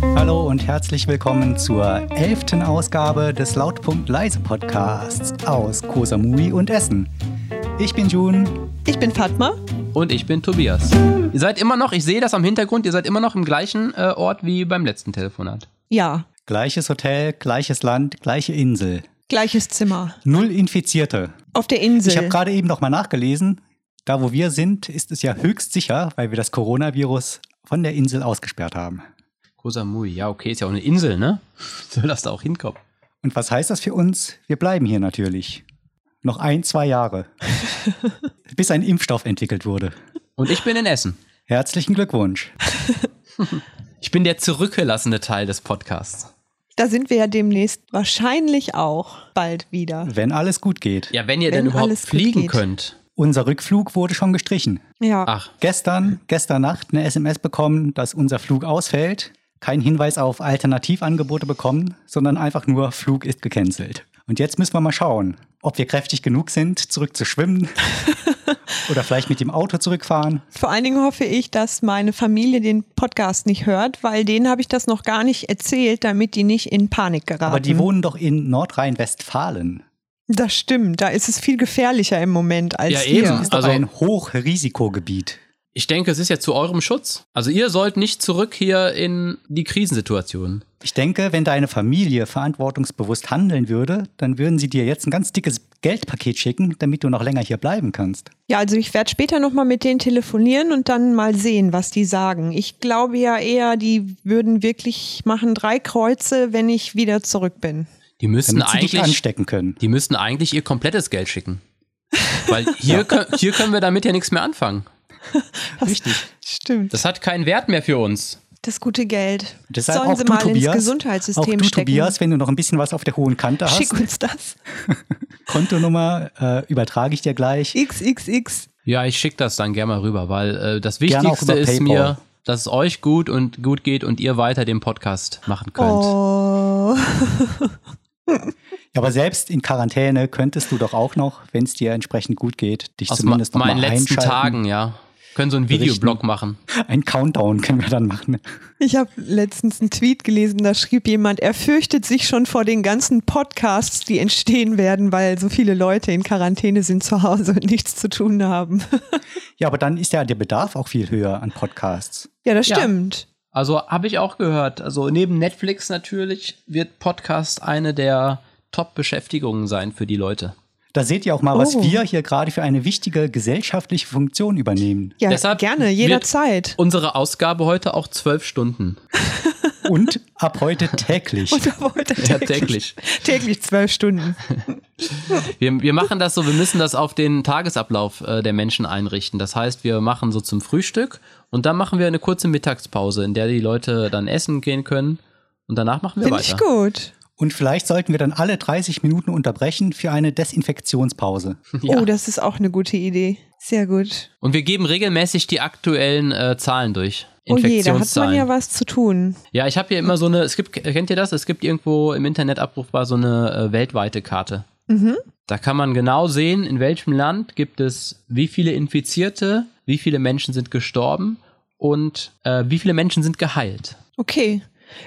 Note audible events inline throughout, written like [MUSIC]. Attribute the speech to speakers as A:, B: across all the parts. A: und herzlich willkommen zur elften Ausgabe des Lautpunkt Leise Podcasts aus Kosamui und Essen. Ich bin June.
B: Ich bin Fatma.
C: Und ich bin Tobias. Ihr seid immer noch, ich sehe das am Hintergrund, ihr seid immer noch im gleichen äh, Ort wie beim letzten Telefonat.
B: Ja,
A: Gleiches Hotel, gleiches Land, gleiche Insel.
B: gleiches Zimmer.
A: Null Infizierte.
B: Auf der Insel.
A: Ich habe gerade eben nochmal nachgelesen. Da, wo wir sind, ist es ja höchst sicher, weil wir das Coronavirus von der Insel ausgesperrt haben.
C: Koh Samui, ja, okay, ist ja auch eine Insel, ne? [LAUGHS] Soll das da auch hinkommen?
A: Und was heißt das für uns? Wir bleiben hier natürlich. Noch ein, zwei Jahre. Bis ein Impfstoff entwickelt wurde.
C: Und ich bin in Essen.
A: Herzlichen Glückwunsch.
C: Ich bin der zurückgelassene Teil des Podcasts.
B: da sind wir ja demnächst wahrscheinlich auch bald wieder.
A: Wenn alles gut geht.
C: Ja, wenn ihr
B: Wenn
C: denn überhaupt
B: alles gut
C: fliegen
B: geht.
C: könnt.
A: Unser Rückflug wurde schon gestrichen.
B: Ja.
C: Ach,
A: Gestern, gestern Nacht eine SMS bekommen, dass unser Flug ausfällt. Kein Hinweis auf Alternativangebote bekommen, sondern einfach nur Flug ist gecancelt. Und jetzt müssen wir mal schauen, ob wir kräftig genug sind, zurück zu
C: [LAUGHS]
A: schwimmen oder vielleicht mit dem Auto zurückfahren.
B: Vor allen Dingen hoffe ich, dass meine Familie den Podcast nicht hört, weil denen habe ich das noch gar nicht erzählt, damit die nicht in Panik geraten.
A: Aber die wohnen doch in Nordrhein-Westfalen.
B: das stimmt, da ist es viel gefährlicher im Moment als
C: Ja,
B: hier.
C: eben.
A: Ist doch
C: Also-
A: ein Hochrisikogebiet.
C: ich denke, es ist ja zu eurem Schutz. Also ihr sollt nicht zurück hier in die Krisensituation.
A: Ich denke, wenn deine Familie verantwortungsbewusst handeln würde, dann würden sie dir jetzt ein ganz dickes Geldpaket schicken, damit du noch länger hier bleiben kannst.
B: Ja, also ich werde später nochmal mit denen telefonieren und dann mal sehen, was die sagen. Ich glaube ja eher, die würden wirklich machen drei Kreuze, wenn ich wieder zurück bin.
C: Die müssten
A: Damit sie dich
C: eigentlich,
A: anstecken können.
C: die müssten eigentlich ihr komplettes Geld schicken.
B: [LAUGHS]
C: Weil hier, kö- hier können wir damit ja nichts mehr anfangen.
A: Richtig.
B: [LAUGHS] Stimmt.
C: Das hat keinen Wert mehr für uns.
B: Das gute Geld.
A: Deshalb
B: Sollen
A: auch
B: sie
A: du,
B: mal
A: Tobias,
B: ins Gesundheitssystem
A: auch du,
B: stecken.
A: Tobias, wenn du noch ein bisschen was auf der hohen Kante hast,
B: Schick uns das.
A: [LAUGHS] Kontonummer äh, übertrage ich dir gleich.
B: XXX.
C: Ja, ich schicke das dann gerne mal rüber, weil äh, das
A: Gerne auch
C: Wichtigste
A: über
C: ist
A: PayPal.
C: mir, dass es euch gut und gut geht und ihr weiter den Podcast machen könnt.
B: Oh.
A: Ja, Aber selbst in Quarantäne könntest du doch auch noch, wenn es dir entsprechend gut geht, dich
C: Aus ma-
A: zumindest noch mal
C: meinen letzten
A: einschalten.
C: Tagen, ja. Können so einen Videoblog machen.
A: Ein Countdown können wir dann machen.
B: Ich habe letztens einen Tweet gelesen, da schrieb jemand, er fürchtet sich schon vor den ganzen Podcasts, die entstehen werden, weil so viele Leute in Quarantäne sind zu Hause und nichts zu tun haben.
A: Ja, aber dann ist ja der Bedarf auch viel höher an Podcasts.
B: Ja, das
C: Ja.
B: stimmt.
C: Also habe ich auch gehört. Also neben Netflix natürlich wird Podcast eine der Top-Beschäftigungen sein für die Leute.
A: Da seht ihr auch mal, was
B: Oh.
A: wir hier gerade für eine wichtige gesellschaftliche Funktion übernehmen.
B: Ja,
C: Deshalb
B: gerne,
C: wird- Oh.
B: jederzeit. [LAUGHS]
C: Unsere Ausgabe heute auch zwölf Stunden.
A: Und ab heute täglich.
B: [LAUGHS] Und er wollte
C: Ja,
B: täglich.
C: täglich.
B: Täglich zwölf Stunden.
C: Wir, wir machen das so, wir müssen das auf den Tagesablauf äh, der Menschen einrichten. Das heißt, wir machen so zum Frühstück und dann machen wir eine kurze Mittagspause, in der die Leute dann essen gehen können und danach machen wir
B: Finde ich
C: weiter.
B: gut.
A: Und vielleicht sollten wir dann alle 30 Minuten unterbrechen für eine Desinfektionspause.
C: Ja.
B: Oh, das ist auch eine gute Idee. Sehr gut.
C: Und wir geben regelmäßig die aktuellen äh, Zahlen durch.
B: Oh je, da hat man
C: Infektionszahlen.
B: ja was zu tun.
C: ja, ich habe hier immer so eine, es gibt, kennt ihr das? Es gibt irgendwo im Internet abrufbar so eine äh, weltweite Karte.
B: Mhm.
C: Da kann man genau sehen, in welchem Land gibt es wie viele Infizierte, wie viele Menschen sind gestorben und äh, wie viele Menschen sind geheilt.
B: Okay.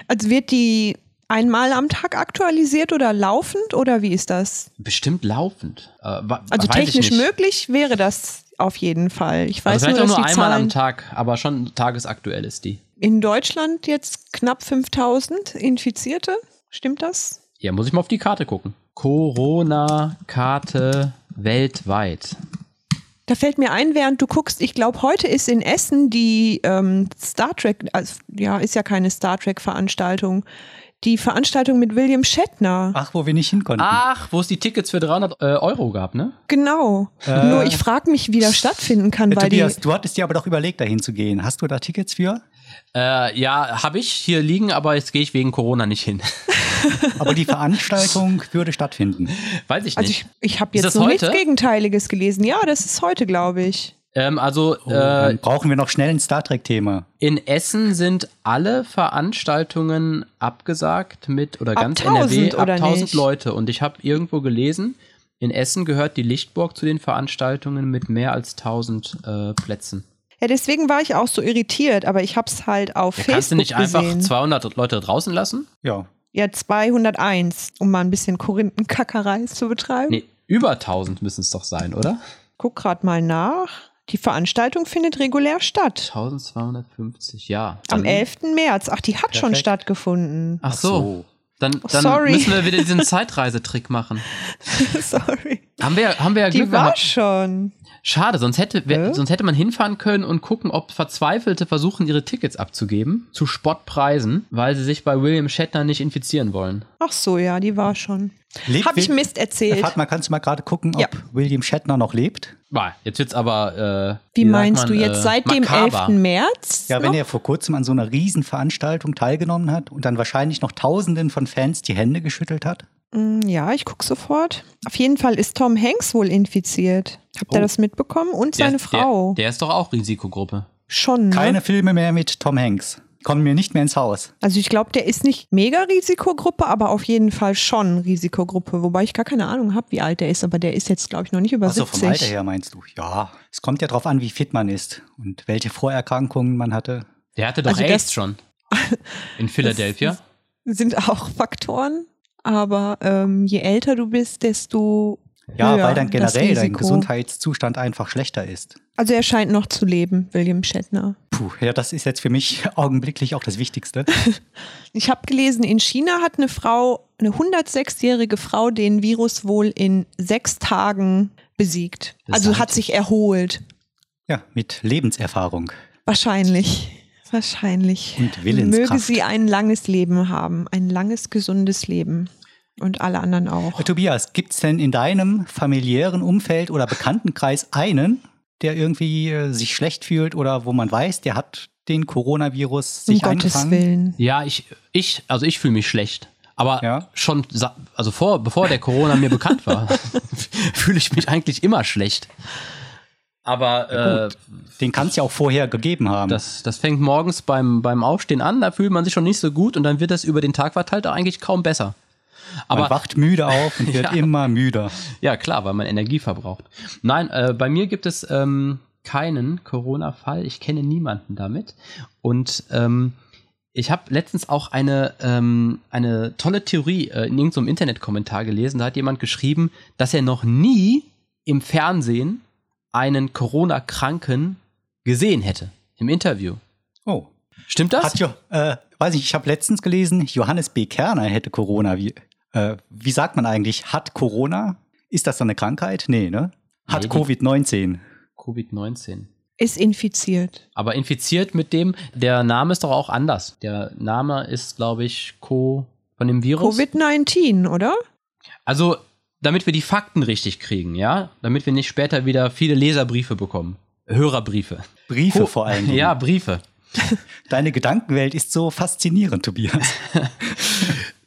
B: Also wird die einmal am Tag aktualisiert oder laufend oder wie ist das?
C: Bestimmt laufend. Äh, wa-
B: Also
C: weiß ich
B: technisch
C: nicht.
B: möglich wäre das auf jeden Fall. Ich weiß
C: Also vielleicht
B: nur, dass
C: auch nur
B: die
C: einmal
B: Zahlen
C: am Tag, aber schon tagesaktuell ist die.
B: in Deutschland jetzt knapp 5000 Infizierte. Stimmt das?
C: Ja, muss ich mal auf die Karte gucken. Corona-Karte weltweit.
B: Da fällt mir ein, während du guckst, ich glaube, heute ist in Essen die ähm, Star Trek, also, ja, ist ja keine Star Trek-Veranstaltung, die Veranstaltung mit William Shatner.
C: Ah.
A: Ach, wo wir nicht hin konnten.
B: Ah,
C: Ach, wo es die Tickets für 300 äh, Euro gab, ne?
B: Genau.
C: Äh.
B: Nur ich frage mich, wie das stattfinden kann,
A: Äh,
B: weil
A: Tobias,
B: die.
A: du hattest dir aber doch überlegt, dahin zu gehen. Hast du da Tickets für?
C: Äh, ja, habe ich hier liegen, aber jetzt gehe ich wegen Corona nicht hin. [LAUGHS]
A: Aber die
B: [LAUGHS]
A: Veranstaltung würde stattfinden.
C: Weiß ich nicht.
B: Also ich, ich habe
C: Ist
B: jetzt
C: das
B: noch
C: heute?
B: nichts Gegenteiliges gelesen. Ja, das ist heute, glaube ich.
C: ähm, also äh,
A: Dann brauchen wir noch schnell ein Star Trek-Thema.
C: in Essen sind alle Veranstaltungen abgesagt mit oder
B: Ab
C: ganz
B: 1000
C: NRW ab
B: oder
C: 1000
B: nicht?
C: Leute. Und ich habe irgendwo gelesen, in Essen gehört die Lichtburg zu den Veranstaltungen mit mehr als 1000 äh, Plätzen.
B: Ja, deswegen war ich auch so irritiert, aber ich habe es halt auf
C: Ja,
B: Facebook
C: kannst du nicht einfach
B: gesehen.
C: 200 Leute draußen lassen?
A: Ja.
B: ja, 201, um mal ein bisschen Korinthenkackerei zu betreiben.
C: Nee, über 1000 müssen es doch sein, oder?
B: Guck grad mal nach. Die Veranstaltung findet regulär statt.
C: 1250, ja.
B: Am
C: Dann-
B: 11. März. Ach, die hat schon
A: Perfekt.
B: stattgefunden. [LAUGHS]
C: Ach so. Dann,
B: Oh,
C: dann
B: sorry.
C: müssen wir
B: [LAUGHS]
C: wieder diesen Zeitreisetrick machen.
B: Sorry.
C: Haben wir, haben wir ja Glück
B: Die war
C: gehabt.
B: schon.
C: Schade, sonst hätte, wär,
B: Hä?
C: sonst hätte man hinfahren können und gucken, ob Verzweifelte versuchen, ihre Tickets abzugeben. Zu Spottpreisen, weil sie sich bei William Shatner nicht infizieren wollen.
B: Ach so, ja, die war schon.
A: Lebt
B: Hab ich
A: Wil-
B: Mist erzählt.
A: Fatma, kannst du mal gerade gucken, ob
B: Ja.
A: William Shatner noch lebt?
C: Bah, jetzt wird's aber. Äh,
B: Wie
C: sagt
B: meinst
C: man,
B: du jetzt
C: äh,
B: seit dem
C: makaber.
B: 11. März?
A: Ja, wenn
B: noch?
A: er vor kurzem an so einer Riesenveranstaltung teilgenommen hat und dann wahrscheinlich noch Tausenden von Fans die Hände geschüttelt hat.
B: Mm, ja, ich guck sofort. Auf jeden Fall ist Tom Hanks wohl infiziert. Habt ihr
A: Oh.
B: das mitbekommen? Und
C: Der-
B: seine Frau.
C: Der, der ist doch auch Risikogruppe.
B: schon. Ne?
A: Keine Filme mehr mit Tom Hanks. Kommen mir nicht mehr ins Haus.
B: Also ich glaube, der ist nicht mega Risikogruppe, aber auf jeden Fall schon Risikogruppe. Wobei ich gar keine Ahnung habe, wie alt der ist, aber der ist jetzt, glaube ich, noch nicht über
A: Ach so,
B: 70.
A: vom Alter her meinst du? Ja. Es kommt ja drauf an, wie fit man ist und welche Vorerkrankungen man hatte.
C: Der hatte doch
B: Also
C: AIDS
B: das-
C: schon.
B: [LAUGHS]
C: In Philadelphia.
B: Sind auch Faktoren. Aber ähm, je älter du bist, desto.
A: Ja,
B: höher
A: weil dann
B: das
A: generell dein
B: Risiko.
A: Gesundheitszustand einfach schlechter ist.
B: Also er scheint noch zu leben, William Shatner.
A: Puh, ja, das ist jetzt für mich [LAUGHS] augenblicklich auch das Wichtigste.
B: Ich habe gelesen, in China hat eine Frau, eine 106-jährige Frau, den Virus wohl in sechs Tagen besiegt.
C: Das
B: also
C: heißt-
B: hat sich erholt.
A: Ja, mit Lebenserfahrung.
B: Wahrscheinlich. Wahrscheinlich.
A: Und Willenskraft.
B: Möge sie ein langes Leben haben, ein langes, gesundes Leben. Und alle anderen auch.
A: Äh, Tobias, gibt es denn in deinem familiären Umfeld oder Bekanntenkreis einen, der irgendwie äh, sich schlecht fühlt oder wo man weiß, der hat den Coronavirus
B: Um
A: sich
B: Gottes
A: eingefangen?
B: Willen.
C: Ja, ich, ich, also ich fühle mich schlecht. Aber
A: Ja.
C: schon, sa- also vor, bevor der Corona mir bekannt war, [LAUGHS] fühle ich mich eigentlich immer schlecht. Aber äh,
A: Den kann es ja auch vorher gegeben haben.
C: das, das fängt morgens beim, beim Aufstehen an, da fühlt man sich schon nicht so gut und dann wird das über den Tag verteilt auch eigentlich kaum besser.
A: man
C: Aber
A: wacht müde auf
B: [LAUGHS]
A: und wird
C: Ja.
A: immer müder.
C: ja, klar, weil man Energie verbraucht. Nein, äh, bei mir gibt es ähm, keinen Corona-Fall. Ich kenne niemanden damit. Und ähm, ich habe letztens auch eine, ähm, eine tolle Theorie äh, in irgendeinem Internetkommentar gelesen. Da hat jemand geschrieben, dass er noch nie im Fernsehen einen Corona-Kranken gesehen hätte. Im Interview.
A: Oh.
C: Stimmt das?
A: Hat jo, äh, weiß nicht, ich habe letztens gelesen, Johannes B. Kerner hätte Corona. Wie, äh, wie sagt man eigentlich? Hat Corona? Ist das dann eine Krankheit? Nee, ne? Hat
C: Nee, die-
A: Covid-19.
C: Covid-19.
B: Ist infiziert.
C: Aber infiziert mit dem, der Name ist doch auch anders. Der Name ist, glaube ich, Co. von dem Virus.
B: Covid-19, oder?
C: Also, damit wir die Fakten richtig kriegen, ja? Damit wir nicht später wieder viele Leserbriefe bekommen. Hörerbriefe.
A: Briefe
C: Co-
A: vor allen Dingen.
C: [LAUGHS] Ja, Briefe.
A: Deine Gedankenwelt ist so faszinierend, Tobias.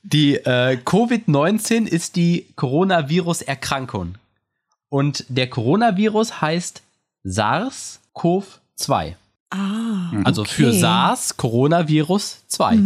C: Die äh, Covid-19 ist die Coronavirus-Erkrankung. Und der Coronavirus heißt SARS-CoV-2.
B: Ah.
C: Also für
B: Okay.
C: SARS Coronavirus 2.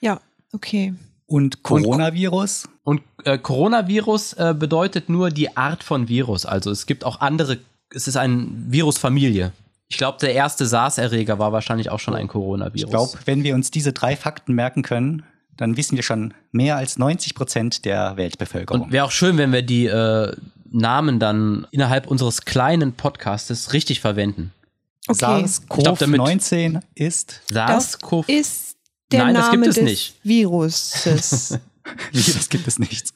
B: Ja, okay.
A: Und Coronavirus?
C: Und äh, Coronavirus äh, bedeutet nur die Art von Virus. Also es gibt auch andere, es ist eine Virusfamilie. Ich glaube, der erste SARS-Erreger war wahrscheinlich auch schon ein Coronavirus.
A: Ich glaube, wenn wir uns diese drei Fakten merken können, dann wissen wir schon mehr als 90 Prozent der Weltbevölkerung.
C: Und wäre auch schön, wenn wir die äh, Namen dann innerhalb unseres kleinen Podcastes richtig verwenden.
B: Okay.
C: Ich glaub, damit-
A: SARS-CoV-19 ist, [LAUGHS]
B: Das
C: SARS-CoV.
B: ist der
C: Nein, das
B: Name
C: gibt es
B: des
C: nicht. [LAUGHS]
B: Viruses.
A: wie, das gibt es nicht.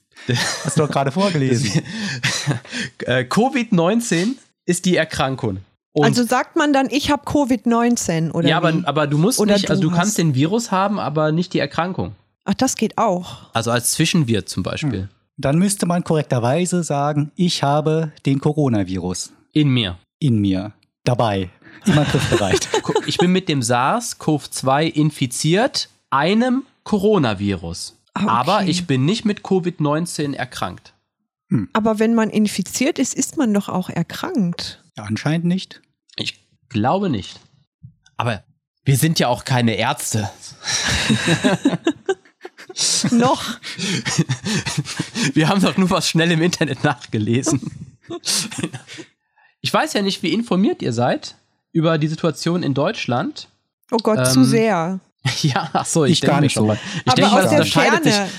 A: Hast du doch gerade vorgelesen.
C: [LAUGHS] Äh, Covid-19 ist die Erkrankung. Und
B: also sagt man dann, ich habe Covid-19 oder
C: ja, aber,
B: wie?
C: aber du musst
B: Oder
C: nicht, also
B: du
C: du kannst
B: hast-
C: den Virus haben, aber nicht die Erkrankung.
B: Ach, das geht auch.
C: Also als Zwischenwirt zum
B: Hm.
C: Beispiel.
A: Dann müsste man korrekterweise sagen, ich habe den Coronavirus
C: In mir.
A: in mir, dabei, immer griffbereit.
C: [LAUGHS] Co- Ich bin mit dem SARS-CoV-2 infiziert, einem Coronavirus.
B: Ah, okay.
C: Aber ich bin nicht mit Covid-19 erkrankt.
B: Aber wenn man infiziert ist, ist man doch auch
C: [LAUGHS]
B: erkrankt.
A: ja, anscheinend nicht.
C: Ich glaube nicht. Aber wir sind ja auch keine Ärzte.
B: Noch.
C: Wir haben doch nur was schnell im Internet nachgelesen. Ich weiß ja nicht, wie informiert ihr seid. über die Situation in Deutschland. [LAUGHS]
B: Oh Gott,
C: Ähm,
B: zu sehr.
C: Ja, ach so, ich,
A: Ich
C: denke
A: gar
C: mir
A: nicht
C: schon.
A: so.
C: Ich
B: Aber
C: denke mal,
B: aus
C: das
B: der
C: unterscheidet
B: Ferne.
C: sich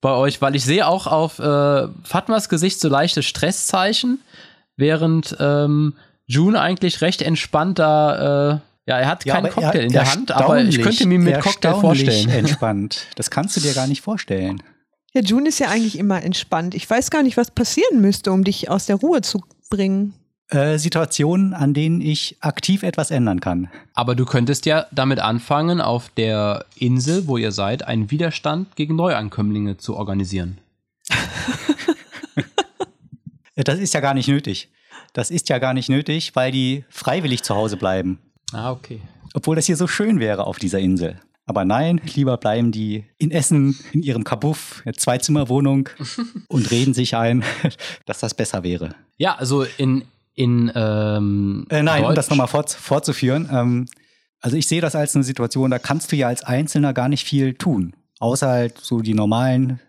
C: bei euch, weil ich sehe auch auf äh, Fatmas Gesicht so leichte Stresszeichen, während ähm, June eigentlich recht entspannt da, äh, ja, er hat
A: Ja,
C: keinen
A: aber er-
C: Cocktail in der Hand, aber ich
A: erstaunlich-
C: könnte mir mit Cocktail
A: erstaunlich
C: vorstellen.
A: entspannt. Das kannst du dir gar nicht vorstellen.
B: Ja, June ist ja eigentlich immer entspannt. Ich weiß gar nicht, was passieren müsste, um dich aus der Ruhe zu bringen.
A: Äh, Situationen, an denen ich aktiv etwas ändern kann.
C: Aber du könntest ja damit anfangen, auf der Insel, wo ihr seid, einen Widerstand gegen Neuankömmlinge zu organisieren.
A: Äh, Das ist ja gar nicht nötig. Das ist ja gar nicht nötig, weil die freiwillig zu Hause bleiben.
C: Ah, okay.
A: Obwohl das hier so schön wäre auf dieser Insel. Aber nein, lieber bleiben die in Essen, in ihrem Kabuff, eine Zweizimmerwohnung und reden sich ein, [LAUGHS] dass das besser wäre.
C: Ja, also in, in ähm,
A: Äh, nein, um
C: Deutsch-
A: das nochmal fort, fortzuführen. Ähm, also ich sehe das als eine Situation, da kannst du ja als Einzelner gar nicht viel tun. Außer halt so die normalen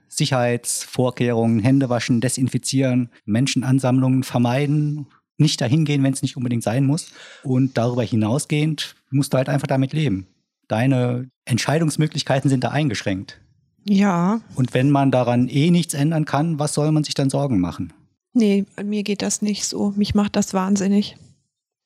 A: Sicherheitsvorkehrungen, Hände waschen, desinfizieren, Menschenansammlungen vermeiden, nicht dahin gehen, wenn es nicht unbedingt sein muss. Und darüber hinausgehend musst du halt einfach damit leben. Deine Entscheidungsmöglichkeiten sind da eingeschränkt.
B: Ja,
A: Und wenn man daran eh nichts ändern kann, was soll man sich dann Sorgen machen?
B: nee, mir geht das nicht so. Mich macht das wahnsinnig.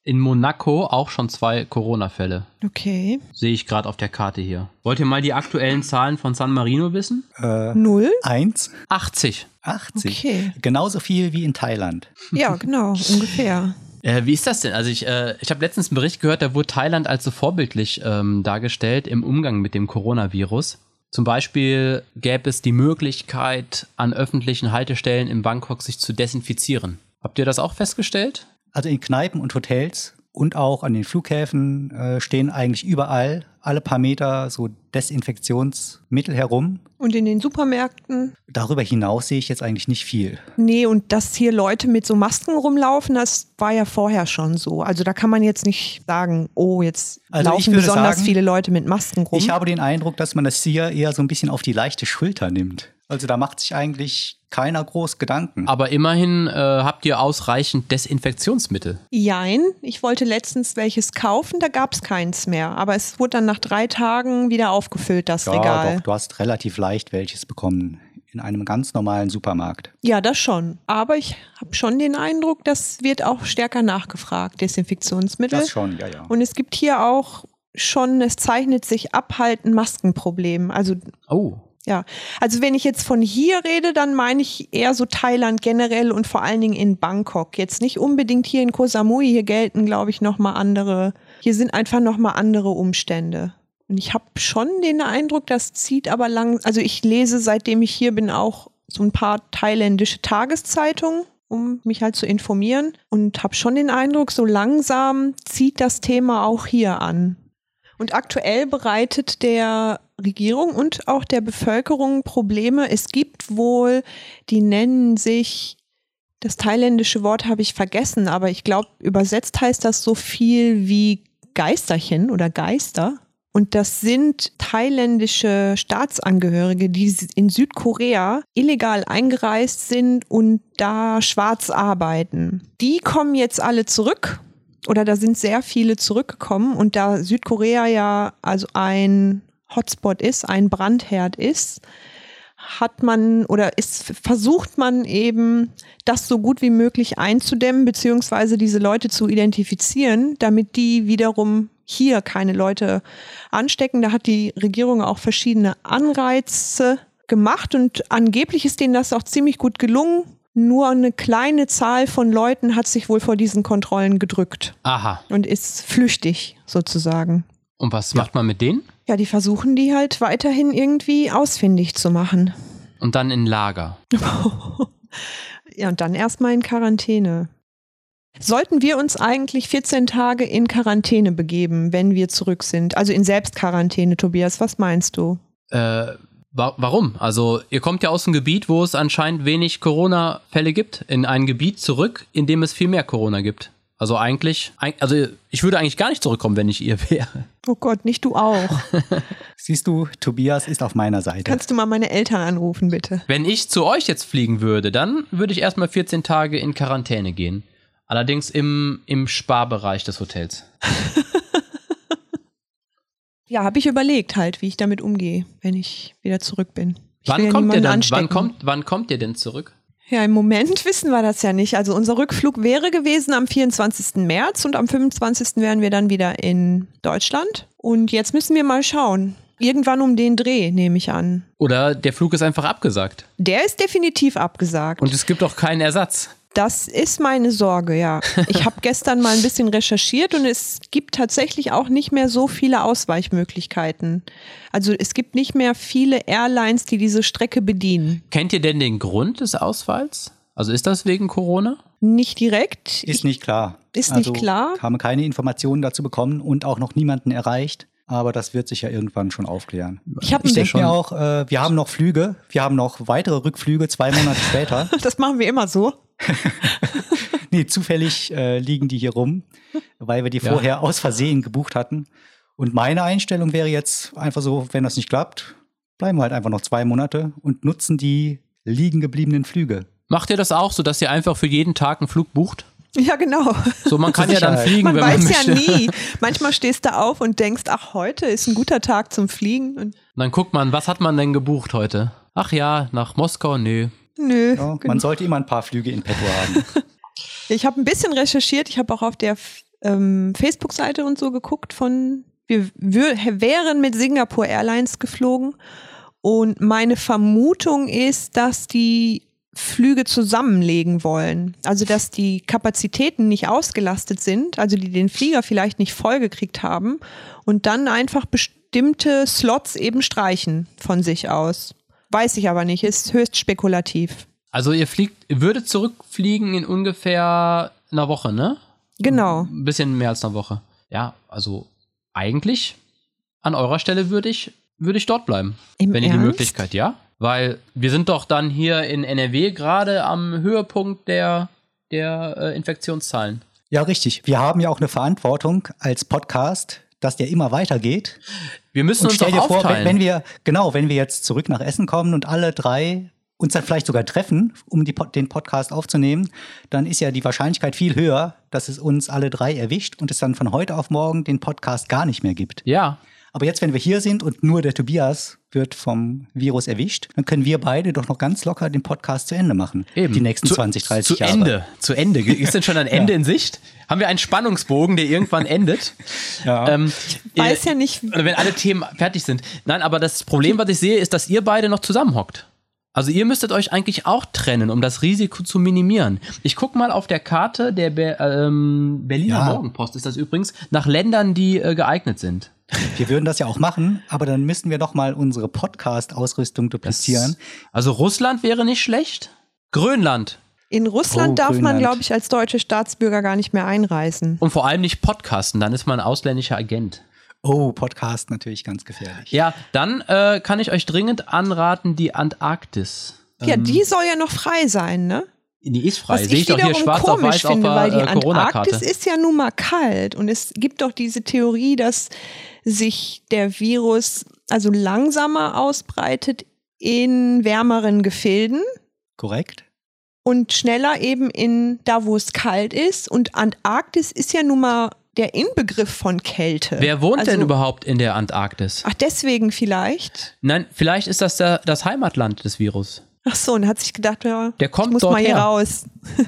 C: in Monaco auch schon zwei Corona-Fälle.
B: Okay.
C: Sehe ich gerade auf der Karte hier. Wollt ihr mal die aktuellen Zahlen von San Marino wissen?
A: Äh,
B: Null?
A: eins,
C: 80.
A: 80.
B: Okay.
A: Genauso viel wie in Thailand.
C: [LAUGHS]
B: Ja, genau, ungefähr.
C: Äh, wie ist das denn? Also ich, äh, ich habe letztens einen Bericht gehört, da wurde Thailand als so vorbildlich ähm, dargestellt im Umgang mit dem Coronavirus. Zum Beispiel gäbe es die Möglichkeit, an öffentlichen Haltestellen in Bangkok sich zu desinfizieren. Habt ihr das auch festgestellt?
A: Also in Kneipen und Hotels und auch an den Flughäfen äh, stehen eigentlich überall alle paar Meter so Desinfektionsmittel herum.
B: Und in den Supermärkten?
A: Darüber hinaus sehe ich jetzt eigentlich nicht viel.
B: Nee, und dass hier Leute mit so Masken rumlaufen, das war ja vorher schon so. Also da kann man jetzt nicht sagen, oh, jetzt
A: Also ich
B: laufen
A: würde
B: besonders
A: sagen,
B: viele Leute mit Masken rum.
A: Ich habe den Eindruck, dass man das hier eher so ein bisschen auf die leichte Schulter nimmt. Also da macht sich eigentlich keiner groß Gedanken.
C: Aber immerhin äh, habt ihr ausreichend Desinfektionsmittel.
B: Jein, ich wollte letztens welches kaufen, da gab es keins mehr. Aber es wurde dann nach drei Tagen wieder aufgefüllt, das Regal.
A: doch, du hast relativ leicht welches bekommen in einem ganz normalen Supermarkt.
B: Ja, das schon. Aber ich habe schon den Eindruck, das wird auch stärker nachgefragt, Desinfektionsmittel.
A: Das schon, ja, ja.
B: Ne? Und es gibt hier auch schon, es zeichnet sich ab halt ein Maskenproblem. Also
C: Oh.
B: ja, also wenn ich jetzt von hier rede, dann meine ich eher so Thailand generell und vor allen Dingen in Bangkok. Jetzt nicht unbedingt hier in Koh Samui, hier gelten, glaube ich, nochmal andere, hier sind einfach nochmal andere Umstände. Und ich habe schon den Eindruck, das zieht aber lang, also ich lese seitdem ich hier bin auch so ein paar thailändische Tageszeitungen, um mich halt zu informieren und habe schon den Eindruck, so langsam zieht das Thema auch hier an. Und aktuell bereitet der Regierung und auch der Bevölkerung Probleme. Es gibt wohl, die nennen sich, das thailändische Wort habe ich vergessen, aber ich glaube, übersetzt heißt das so viel wie Geisterchen oder Geister. Und das sind thailändische Staatsangehörige, die in Südkorea illegal eingereist sind und da schwarz arbeiten. Die kommen jetzt alle zurück oder da sind sehr viele zurückgekommen und da Südkorea ja also ein Hotspot ist, ein Brandherd ist, hat man oder ist, versucht man eben, das so gut wie möglich einzudämmen, beziehungsweise diese Leute zu identifizieren, damit die wiederum hier keine Leute anstecken. Da hat die Regierung auch verschiedene Anreize gemacht und angeblich ist denen das auch ziemlich gut gelungen. Nur eine kleine Zahl von Leuten hat sich wohl vor diesen Kontrollen gedrückt
C: Aha.
B: und ist flüchtig sozusagen.
C: Und was macht man mit denen?
B: Ja, die versuchen die halt weiterhin irgendwie ausfindig zu machen.
C: Und dann in Lager.
B: Ja, und dann erstmal in Quarantäne. Sollten wir uns eigentlich 14 Tage in Quarantäne begeben, wenn wir zurück sind? Also in Selbstquarantäne, Tobias, was meinst du?
C: Äh, wa warum? Also, ihr kommt ja aus einem Gebiet, wo es anscheinend wenig Corona-Fälle gibt, in ein Gebiet zurück, in dem es viel mehr Corona gibt. Also eigentlich, eig- also ich würde eigentlich gar nicht zurückkommen, wenn ich ihr [LAUGHS] wäre.
B: Oh Gott, nicht du
C: [LAUGHS]
B: auch.
A: Siehst du, Tobias ist auf meiner Seite.
B: Kannst du mal meine Eltern anrufen, bitte?
C: Wenn ich zu euch jetzt fliegen würde, dann würde ich erstmal 14 Tage in Quarantäne gehen. Allerdings im, im Sparbereich des Hotels.
B: Ja, habe ich überlegt halt, wie ich damit umgehe, wenn ich wieder zurück bin. Ich will ja
C: Wann kommt, ihr
B: niemanden
C: denn,
B: anstecken.
C: wann, kommt, wann kommt ihr denn zurück?
B: Ja, im Moment [LAUGHS] wissen wir das ja nicht. Also unser Rückflug wäre gewesen am 24. März und am 25. wären wir dann wieder in Deutschland. Und jetzt müssen wir mal schauen. Irgendwann um den Dreh, nehme ich an.
C: Oder der Flug ist einfach abgesagt.
B: Der ist definitiv abgesagt.
C: Und es gibt auch keinen Ersatz.
B: Das ist meine Sorge, ja. Ich
C: [LAUGHS]
B: habe gestern mal ein bisschen recherchiert und es gibt tatsächlich auch nicht mehr so viele Ausweichmöglichkeiten. Also es gibt nicht mehr viele Airlines, die diese Strecke bedienen.
C: Kennt ihr denn den Grund des Ausfalls? Also ist das wegen Corona?
B: Nicht direkt.
A: Ist nicht klar. Also
B: Ist nicht klar.
A: Haben keine Informationen dazu bekommen und auch noch niemanden erreicht. Aber das wird sich ja irgendwann schon aufklären.
B: Ich hab
A: ich
B: ein-
A: denke mir
C: schon-
A: auch, äh, wir haben noch Flüge, wir haben noch weitere Rückflüge zwei
B: [LAUGHS]
A: Monate später.
B: [LAUGHS] das machen wir immer so.
A: Nee, zufällig äh, liegen die hier rum, weil wir die
C: Ja.
A: vorher aus Versehen gebucht hatten. Und meine Einstellung wäre jetzt einfach so, wenn das nicht klappt, bleiben wir halt einfach noch zwei Monate und nutzen die liegen gebliebenen Flüge.
C: Macht ihr das auch so, dass ihr einfach für jeden Tag einen Flug bucht?
B: Ja, genau.
A: [LAUGHS]
C: So, man kann
A: Zur
C: ja dann
A: Sicherheit.
C: fliegen,
B: Man
C: wenn man
B: weiß ja
C: möchte. [LAUGHS]
B: nie. Manchmal stehst du auf und denkst, ach, heute ist ein guter Tag zum Fliegen. Und
C: Und dann guckt man, was hat man denn gebucht heute? Ach ja, nach Moskau? Nö.
B: nö.
A: Ja,
B: genau.
A: Man sollte immer ein paar Flüge in petto haben.
B: Ich habe ein bisschen recherchiert. Ich habe auch auf der F- ähm, Facebook-Seite und so geguckt von, wir, wür- wären mit Singapore Airlines geflogen. Und meine Vermutung ist, dass die Flüge zusammenlegen wollen. Also, dass die Kapazitäten nicht ausgelastet sind, also die den Flieger vielleicht nicht vollgekriegt haben und dann einfach bestimmte Slots eben streichen von sich aus. Weiß ich aber nicht, ist höchst spekulativ.
C: Also ihr fliegt, ihr würdet zurückfliegen in ungefähr einer Woche, ne?
B: Genau.
C: Ein bisschen mehr als eine Woche. Ja, also eigentlich an eurer Stelle würde ich, würde ich dort bleiben.
B: Im
C: wenn ihr die
B: Ernst?
C: Möglichkeit, ja. Weil wir sind doch dann hier in NRW gerade am Höhepunkt der, der äh, Infektionszahlen.
A: Ja, richtig. Wir haben ja auch eine Verantwortung als Podcast, dass der immer weitergeht.
C: Wir müssen
A: Und
C: uns
A: stell
C: doch
A: dir vor,
C: aufteilen.
A: wenn, wenn wir, genau, wenn wir jetzt zurück nach Essen kommen und alle drei uns dann vielleicht sogar treffen, um die, Pod- den Podcast aufzunehmen, dann ist ja die Wahrscheinlichkeit viel höher, dass es uns alle drei erwischt und es dann von heute auf morgen den Podcast gar nicht mehr gibt.
C: ja,
A: Aber jetzt, wenn wir hier sind und nur der Tobias wird vom Virus erwischt, dann können wir beide doch noch ganz locker den Podcast zu Ende machen.
C: eben.
A: Die nächsten
C: Zu-
A: 20, 30
C: zu
A: Jahre.
C: Ende, zu Ende. Ist
A: [LAUGHS]
C: denn schon ein Ende in Sicht? Haben wir einen Spannungsbogen, der irgendwann endet?
A: Ja.
C: Ähm,
B: Weiß
C: äh,
B: ja nicht,
C: Oder wenn alle Themen fertig sind. Nein, aber das Problem, was ich sehe, ist, dass ihr beide noch zusammenhockt. Also ihr müsstet euch eigentlich auch trennen, um das Risiko zu minimieren. Ich guck mal auf der Karte der Be ähm, Berliner
A: Ja.
C: Morgenpost ist das übrigens nach Ländern, die äh, geeignet sind.
A: Wir würden das ja auch machen, aber dann müssten wir doch mal unsere Podcast-Ausrüstung duplizieren.
C: Also Russland wäre nicht schlecht. Grönland
B: In Russland
A: Oh,
B: darf man,
A: Grönland.
B: glaube ich, als deutsche Staatsbürger gar nicht mehr einreisen.
C: und vor allem nicht Podcasten, dann ist man ein ausländischer Agent.
A: Oh, Podcast natürlich ganz gefährlich.
C: Ja, dann äh, kann ich euch dringend anraten, die Antarktis.
B: ja, die soll ja noch frei sein, ne?
C: Die ist Ähm. frei.
B: Was
C: Sehe ich
B: ich
C: doch hier
B: wiederum
C: schwarz auf
B: komisch
C: weiß auf
B: finde,
C: der
B: weil die
C: äh, Corona-Karte.
B: Antarktis ist ja nun mal kalt und es gibt doch diese Theorie, dass sich der Virus also langsamer ausbreitet in wärmeren Gefilden
A: Korrekt?
B: und schneller eben in da, wo es kalt ist. Und Antarktis ist ja nun mal der Inbegriff von Kälte.
C: Wer wohnt
B: Also-
C: denn überhaupt in der Antarktis?
B: Ach, deswegen vielleicht.
C: Nein, vielleicht ist das der, das Heimatland des Virus.
B: Ach so, und hat sich gedacht, ja,
C: Der kommt
B: ich muss
C: dort
B: mal hier
C: her.
B: raus. [LAUGHS]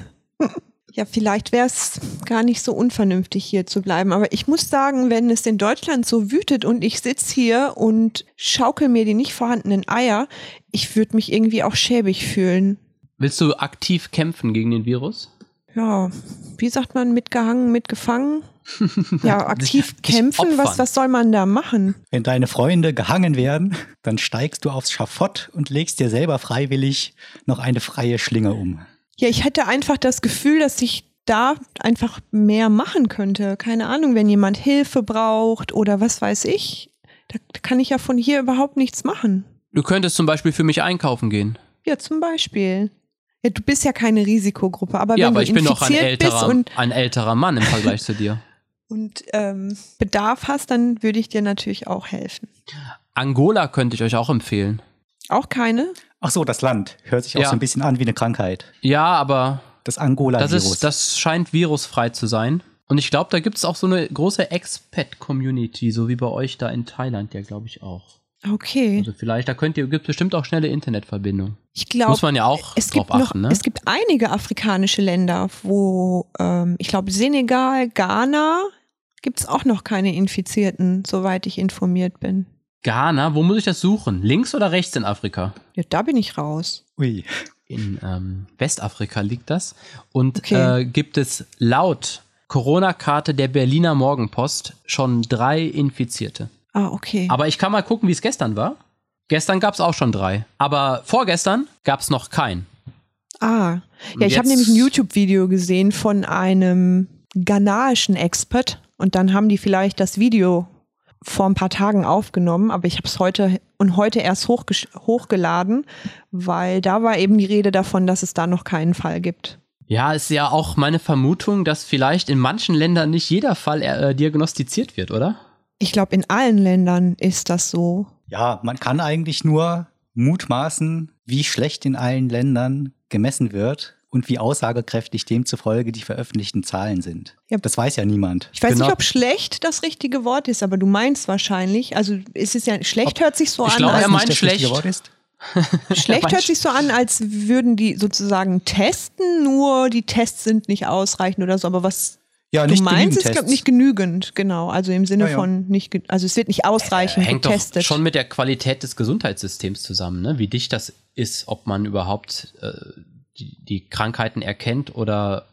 B: ja, vielleicht wäre es gar nicht so unvernünftig, hier zu bleiben. Aber ich muss sagen, wenn es in Deutschland so wütet und ich sitz hier und schaukel mir die nicht vorhandenen Eier, ich würde mich irgendwie auch schäbig fühlen.
C: Willst du aktiv kämpfen gegen den Virus?
B: Ja, wie sagt man, mitgehangen,
C: [LAUGHS]
B: mitgefangen? Ja, aktiv
C: Dich
B: kämpfen,
C: opfern.
B: was, was soll man da machen?
A: Wenn deine Freunde gehangen werden, dann steigst du aufs Schafott und legst dir selber freiwillig noch eine freie Schlinge um.
B: Ja, ich hätte einfach das Gefühl, dass ich da einfach mehr machen könnte. Keine Ahnung, wenn jemand Hilfe braucht oder was weiß ich. Da kann ich ja von hier überhaupt nichts machen.
C: Du könntest zum Beispiel für mich einkaufen gehen.
B: Ja, zum Beispiel. Ja, du bist ja keine Risikogruppe, aber
C: ja,
B: wenn
C: aber
B: du
C: ich bin doch ein
B: infiziert bist
C: älterer,
B: und,
C: ein älterer Mann im Vergleich
B: [LAUGHS]
C: zu dir.
B: und ähm, Bedarf hast, dann würde ich dir natürlich auch helfen.
C: Angola könnte ich euch auch empfehlen.
B: Auch keine?
A: Ach so, das Land hört sich auch
C: Ja.
A: so ein bisschen an wie eine Krankheit.
C: Ja, aber
A: Das Angola-Virus.
C: Das, ist, das scheint virusfrei zu sein. Und ich glaube, da gibt es auch so eine große Expat-Community, so wie bei euch da in Thailand, ja, glaube ich auch.
B: Okay.
C: Also vielleicht, da könnt ihr, gibt bestimmt auch schnelle Internetverbindung.
B: Ich glaube,
C: Muss man ja auch
B: es
C: drauf
B: gibt noch,
C: achten, ne?
B: es gibt einige afrikanische Länder, wo ähm, ich glaube Senegal, Ghana gibt es auch noch keine Infizierten, soweit ich informiert bin.
C: Ghana, wo muss ich das suchen? Links oder rechts in Afrika?
B: Ja, da bin ich raus.
A: Ui.
C: In ähm, Westafrika liegt das. Und
B: Okay.
C: äh, gibt es laut Corona-Karte der Berliner Morgenpost schon drei Infizierte.
B: Ah, okay.
C: Aber ich kann mal gucken, wie es gestern war. Gestern gab es auch schon drei. Aber vorgestern gab es noch keinen.
B: ah. Ja, ich habe
C: Jetzt-
B: nämlich ein YouTube-Video gesehen von einem ghanaischen Expert und dann haben die vielleicht das Video vor ein paar Tagen aufgenommen, aber ich habe es heute und heute erst hochgesch- hochgeladen, weil da war eben die Rede davon, dass es da noch keinen Fall gibt.
C: Ja, ist ja auch meine Vermutung, dass vielleicht in manchen Ländern nicht jeder Fall äh, diagnostiziert wird, oder?
B: Ich glaube, in allen Ländern ist das so.
A: Ja, man kann eigentlich nur mutmaßen, wie schlecht in allen Ländern gemessen wird und wie aussagekräftig demzufolge die veröffentlichten Zahlen sind.
B: Ja.
A: Das weiß ja niemand.
B: Ich weiß
C: Genau.
B: nicht, ob schlecht das richtige Wort ist, aber du meinst wahrscheinlich. Also es ist ja schlecht hört sich so
C: Ich
B: an,
C: glaube,
A: Weiß
C: er
B: als,
A: nicht,
C: meint
A: das richtige
C: schlecht.
A: Wort ist.
B: schlecht
C: meint
B: hört sich so an, als würden die sozusagen testen, nur die Tests sind nicht ausreichend oder so. Aber was
A: Ja,
B: du
A: nicht genügend
B: meinst, ist glaube
A: Tests.
B: nicht genügend, genau. Also im Sinne
A: Ja, ja.
B: von nicht, ge- also es wird nicht ausreichend
C: Äh, Hängt
B: getestet.
C: doch schon mit der Qualität des Gesundheitssystems zusammen, ne? wie dicht das ist, ob man überhaupt äh, die, die Krankheiten erkennt oder,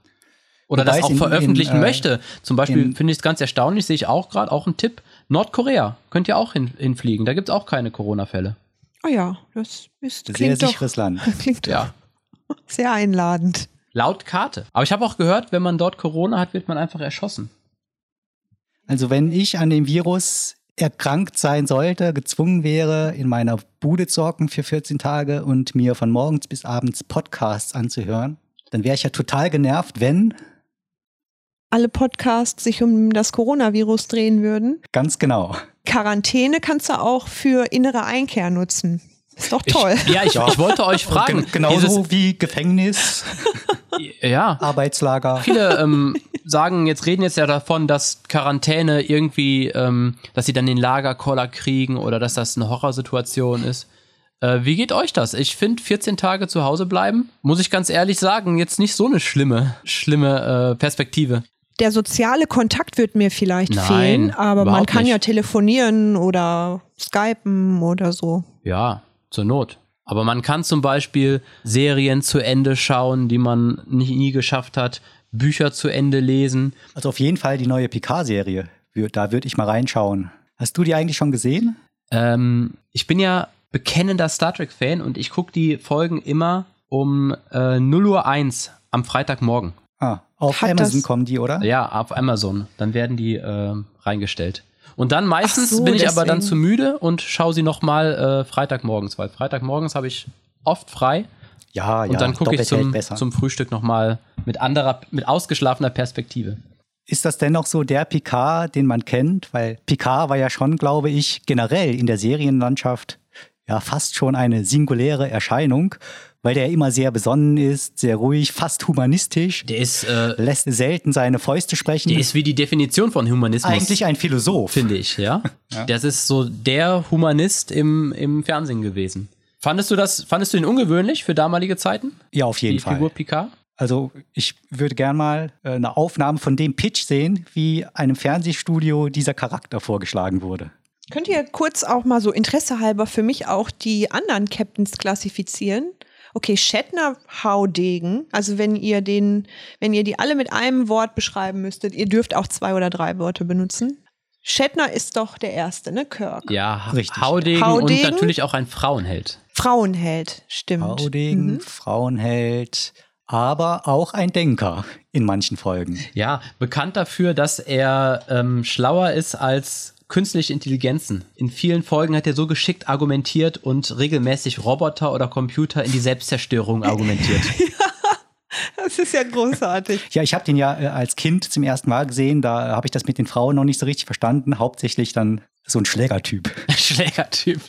C: oder
A: Wobei
C: das
A: es
C: auch
A: in-
C: veröffentlichen
A: in, äh,
C: möchte. Zum Beispiel
A: in-
C: finde ich es ganz erstaunlich, sehe ich auch gerade auch einen Tipp. Nordkorea, könnt ihr auch hin, hinfliegen, da gibt es auch keine Corona-Fälle.
B: oh ja, das ist,
A: Sehr
B: klingt doch,
A: sicheres Land.
B: [LAUGHS] klingt
C: Ja.
B: doch [LAUGHS] sehr einladend.
C: Laut Karte. Aber ich habe auch gehört, wenn man dort Corona hat, wird man einfach erschossen.
A: Also wenn ich an dem Virus erkrankt sein sollte, gezwungen wäre, in meiner Bude zu hocken für 14 Tage und mir von morgens bis abends Podcasts anzuhören, dann wäre ich ja total genervt, wenn,
B: Alle Podcasts sich um das Coronavirus drehen würden.
A: ganz genau.
B: Quarantäne kannst du auch für innere Einkehr nutzen. Ist doch toll.
C: Ich, [LAUGHS] ja, ich, ich
A: [LAUGHS]
C: wollte euch fragen.
A: Gen genauso
C: dieses-
A: wie Gefängnis,
C: Ja.
A: Arbeitslager.
C: Viele ähm, sagen, jetzt reden jetzt ja davon, dass Quarantäne irgendwie, ähm, dass sie dann den Lagerkoller kriegen oder dass das eine Horrorsituation ist. Äh, wie geht euch das? Ich finde 14 Tage zu Hause bleiben, muss ich ganz ehrlich sagen, jetzt nicht so eine schlimme, schlimme äh, Perspektive.
B: Der soziale Kontakt wird mir vielleicht
C: Nein,
B: fehlen, aber man
C: überhaupt
B: kann
C: nicht.
B: ja telefonieren oder skypen oder so.
C: Ja, zur Not. Aber man kann zum Beispiel Serien zu Ende schauen, die man nie, nie geschafft hat, Bücher zu Ende lesen.
A: Also auf jeden Fall die neue PK-Serie. Da würde ich mal reinschauen. Hast du die eigentlich schon gesehen?
C: Ähm, ich bin ja bekennender Star Trek-Fan und ich gucke die Folgen immer um äh, 0 Uhr 1 am Freitagmorgen.
A: Ah, auf
B: Hat
A: Amazon
B: das-
A: kommen die, oder?
C: Ja, auf Amazon. Dann werden die ähm, reingestellt. Und dann meistens
B: Ach so,
C: bin ich aber dann
B: deswegen.
C: zu müde und schaue sie nochmal äh, Freitagmorgens, weil Freitagmorgens habe ich oft frei
A: ja.
C: und dann gucke ich
A: doppelt hält
C: zum,
A: besser.
C: zum Frühstück nochmal mit anderer, mit ausgeschlafener Perspektive.
A: Ist das denn noch so der Picard, den man kennt? Weil Picard war ja schon, glaube ich, generell in der Serienlandschaft ja fast schon eine singuläre Erscheinung, weil der immer sehr besonnen ist, sehr ruhig, fast humanistisch,
C: Der ist, äh,
A: lässt selten seine Fäuste sprechen.
C: der ist wie die Definition von Humanismus.
A: eigentlich ein Philosoph.
C: finde
A: [LAUGHS]
C: ich, ja? Das ist so der Humanist im, im Fernsehen gewesen. Fandest du das, fandest du ihn ungewöhnlich für damalige Zeiten?
A: Ja, auf jeden
C: Die Figur
A: Fall.
C: Picard?
A: Also ich würde gern mal äh, eine Aufnahme von dem Pitch sehen, wie einem Fernsehstudio dieser Charakter vorgeschlagen wurde.
B: Könnt ihr kurz auch mal so interessehalber für mich auch die anderen Captains klassifizieren? Okay, Shatner Haudegen, also wenn ihr den, wenn ihr die alle mit einem Wort beschreiben müsstet, ihr dürft auch zwei oder drei Wörter benutzen. Shatner ist doch der erste, ne? Kirk.
C: Ja,
A: Richtig.
C: Haudegen,
B: Haudegen?
C: und natürlich auch ein Frauenheld.
B: Frauenheld, stimmt.
A: Haudegen,
C: Mhm.
A: Frauenheld, aber auch ein Denker in manchen Folgen.
C: Ja, bekannt dafür, dass er ähm, schlauer ist als künstliche Intelligenzen. In vielen Folgen hat er so geschickt argumentiert und regelmäßig Roboter oder Computer in die Selbstzerstörung argumentiert. [LAUGHS]
B: Das ist ja großartig.
A: Ja, ich habe den ja äh, als Kind zum ersten Mal gesehen. Da habe ich das mit den Frauen noch nicht so richtig verstanden. Hauptsächlich dann so ein Schlägertyp. [LAUGHS]
C: Schlägertyp.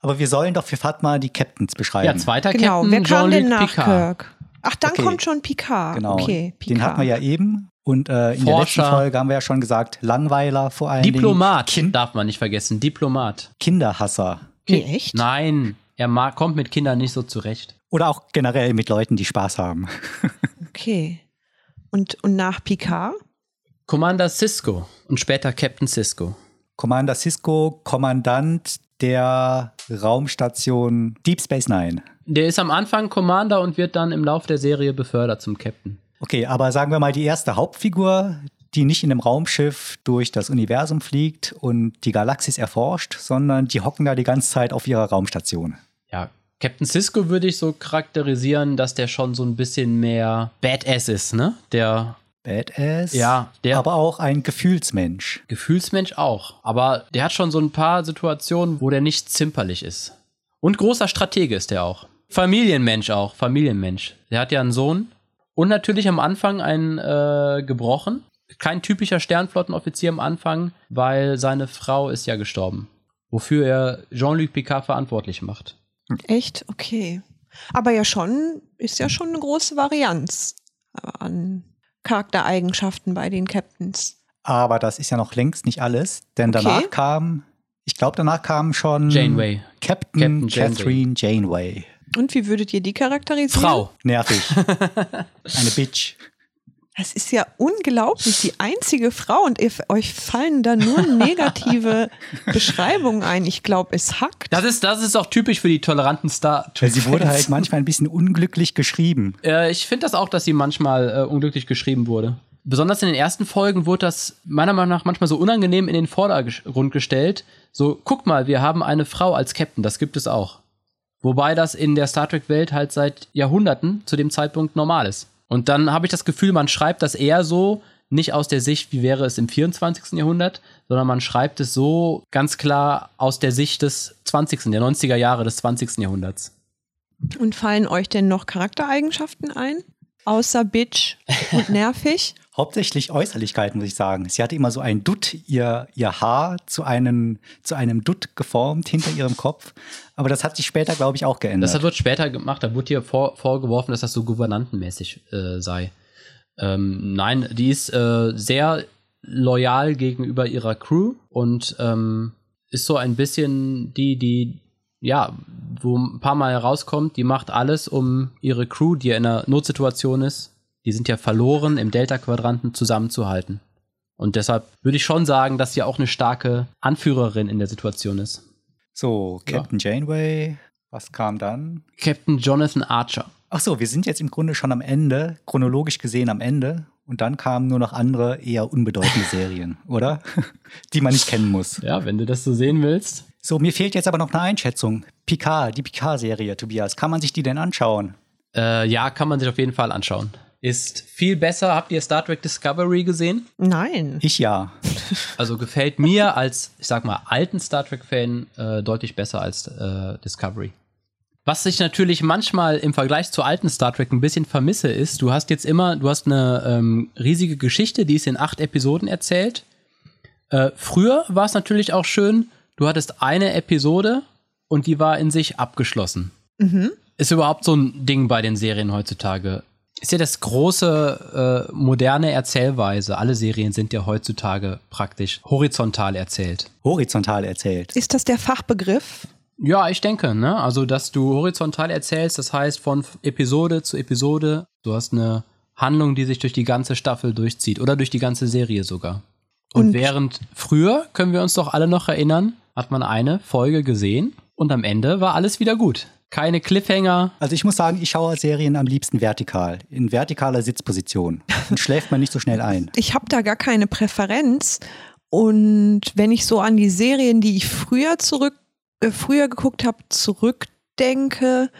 A: Aber wir sollen doch für Fatma die Captains beschreiben.
C: Ja, zweiter
B: Genau,
C: Captain
B: wer kam denn
C: Jean-Luc
B: nach
C: Picard.
B: Kirk? Ach, dann
A: Okay.
B: kommt schon Picard.
A: Genau.
B: Okay, Picard.
A: Den hatten wir ja eben. Und äh, in der letzten
C: Forscher.
A: Folge haben wir ja schon gesagt, Langweiler vor allen
C: Diplomat
A: Dingen. Kind
C: darf man nicht vergessen. Diplomat.
A: Kinderhasser.
B: Nee, echt?
C: Nein, er mag, kommt mit Kindern nicht so zurecht.
A: Oder auch generell mit Leuten, die Spaß haben.
B: Okay. Und, und nach Picard?
C: Commander Cisco und später Captain Cisco.
A: Commander Cisco, Kommandant der Raumstation Deep Space Nine.
C: Der ist am Anfang Commander und wird dann im Lauf der Serie befördert zum Captain.
A: Okay, aber sagen wir mal die erste Hauptfigur, die nicht in einem Raumschiff durch das Universum fliegt und die Galaxis erforscht, sondern die hocken da die ganze Zeit auf ihrer Raumstation.
C: Ja, Captain Cisco würde ich so charakterisieren, dass der schon so ein bisschen mehr Badass ist, ne? Der
A: Badass.
C: Ja, der-
A: aber auch ein Gefühlsmensch.
C: Gefühlsmensch auch. Aber der hat schon so ein paar Situationen, wo der nicht zimperlich ist. Und großer Stratege ist der auch. Familienmensch auch, Familienmensch. Der hat ja einen Sohn. Und natürlich am Anfang einen äh, gebrochen. Kein typischer Sternflottenoffizier am Anfang, weil seine Frau ist ja gestorben. Wofür er Jean-Luc Picard verantwortlich macht.
B: Echt? Okay. Aber ja schon, ist ja schon eine große Varianz äh, an Charaktereigenschaften bei den Captains.
A: Aber das ist ja noch längst nicht alles, denn
B: Okay.
A: danach kam, ich glaube, danach kam schon
C: Janeway.
A: Captain,
C: Captain Janeway.
A: Catherine Janeway.
B: Und wie würdet ihr die charakterisieren?
C: Frau. [LAUGHS]
A: Nervig. Eine Bitch.
B: Das ist ja unglaublich, die einzige Frau und ihr, euch fallen da nur negative Beschreibungen ein. Ich glaube, es hackt.
C: Das ist, das ist auch typisch für die toleranten Star.
A: Weil sie wurde halt manchmal ein bisschen unglücklich geschrieben.
C: Äh, ich finde das auch, dass sie manchmal äh, unglücklich geschrieben wurde. Besonders in den ersten Folgen wurde das meiner Meinung nach manchmal so unangenehm in den Vordergrund gestellt. So, guck mal, wir haben eine Frau als Captain, das gibt es auch. Wobei das in der Star Trek-Welt halt seit Jahrhunderten zu dem Zeitpunkt normal ist. Und dann habe ich das Gefühl, man schreibt das eher so, nicht aus der Sicht, wie wäre es im 24. Jahrhundert, sondern man schreibt es so ganz klar aus der Sicht des 20. der 90er Jahre des 20. Jahrhunderts.
B: Und fallen euch denn noch Charaktereigenschaften ein? Außer Bitch und nervig?
A: Hauptsächlich Äußerlichkeiten, muss ich sagen. Sie hatte immer so ein Dutt, ihr, ihr Haar zu einem, zu einem Dutt geformt hinter ihrem Kopf. Aber das hat sich später, glaube ich, auch geändert.
C: Das hat wird später gemacht, da wurde ihr vor, vorgeworfen, dass das so gouvernantenmäßig äh, sei. Ähm, nein, die ist äh, sehr loyal gegenüber ihrer Crew und ähm, ist so ein bisschen die, die, ja, wo ein paar Mal herauskommt, die macht alles, um ihre Crew, die ja in einer Notsituation ist, die sind ja verloren, im Delta-Quadranten zusammenzuhalten. Und deshalb würde ich schon sagen, dass sie auch eine starke Anführerin in der Situation ist.
A: so, Captain Janeway, was kam dann?
C: Captain Jonathan Archer.
A: Ach so, wir sind jetzt im Grunde schon am Ende, chronologisch gesehen am Ende. Und dann kamen nur noch andere, eher unbedeutende Serien, [LAUGHS] oder? Die man nicht kennen muss.
C: Ja, wenn du das so sehen willst.
A: So, mir fehlt jetzt aber noch eine Einschätzung. Picard, die Picard-Serie, Tobias. Kann man sich die denn anschauen?
C: Äh, ja, kann man sich auf jeden Fall anschauen. Ist viel besser. Habt ihr Star Trek Discovery gesehen?
B: Nein.
A: Ich ja.
C: Also gefällt mir als, ich sag mal, alten Star Trek-Fan äh, deutlich besser als äh, Discovery. Was ich natürlich manchmal im Vergleich zu alten Star Trek ein bisschen vermisse, ist, du hast jetzt immer, du hast eine ähm, riesige Geschichte, die ist in acht Episoden erzählt. Äh, früher war es natürlich auch schön, du hattest eine Episode und die war in sich abgeschlossen. Ist überhaupt so ein Ding bei den Serien heutzutage. Ist ja das große äh, moderne Erzählweise. Alle Serien sind ja heutzutage praktisch horizontal erzählt.
A: Horizontal erzählt.
B: Ist das der Fachbegriff?
C: Ja, ich denke, ne? Also, dass du horizontal erzählst, das heißt von F- Episode zu Episode, du hast eine Handlung, die sich durch die ganze Staffel durchzieht oder durch die ganze Serie sogar. Und,
B: Und-
C: während früher, können wir uns doch alle noch erinnern, hat man eine Folge gesehen und am Ende war alles wieder gut. Keine Cliffhanger.
A: Also ich muss sagen, ich schaue Serien am liebsten vertikal, in vertikaler
B: [LAUGHS]
A: Sitzposition. Und schläft man nicht so schnell ein.
B: Ich habe da gar keine Präferenz. Und wenn ich so an die Serien, die ich früher zurück, äh, früher geguckt habe, zurückdenke,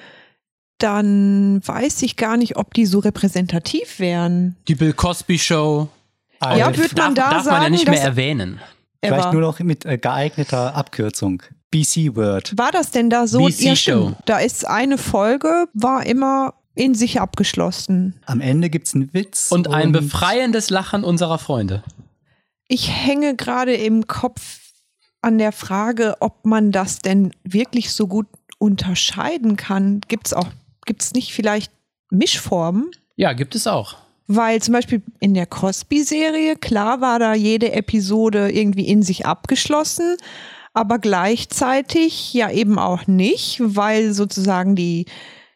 B: dann weiß ich gar nicht, ob die so repräsentativ wären.
C: Die Bill Cosby Show.
B: Ja,
A: Also,
B: würd man da
C: darf man ja
B: sagen,
C: nicht mehr
B: dass-
C: erwähnen.
A: vielleicht
B: Ever.
A: nur noch mit äh, geeigneter Abkürzung. BC-Word.
B: War das denn da so?
C: BC
B: Ja, stimmt.
C: Show.
B: Da ist eine Folge, war immer in sich abgeschlossen.
A: Am Ende gibt es einen Witz.
C: Und ein befreiendes Lachen unserer Freunde.
B: Ich hänge gerade im Kopf an der Frage, ob man das denn wirklich so gut unterscheiden kann. Gibt es auch, gibt es nicht vielleicht Mischformen,
C: Ja, gibt es auch.
B: weil zum Beispiel in der Cosby-Serie, klar war da jede Episode irgendwie in sich abgeschlossen, aber gleichzeitig ja eben auch nicht, weil sozusagen die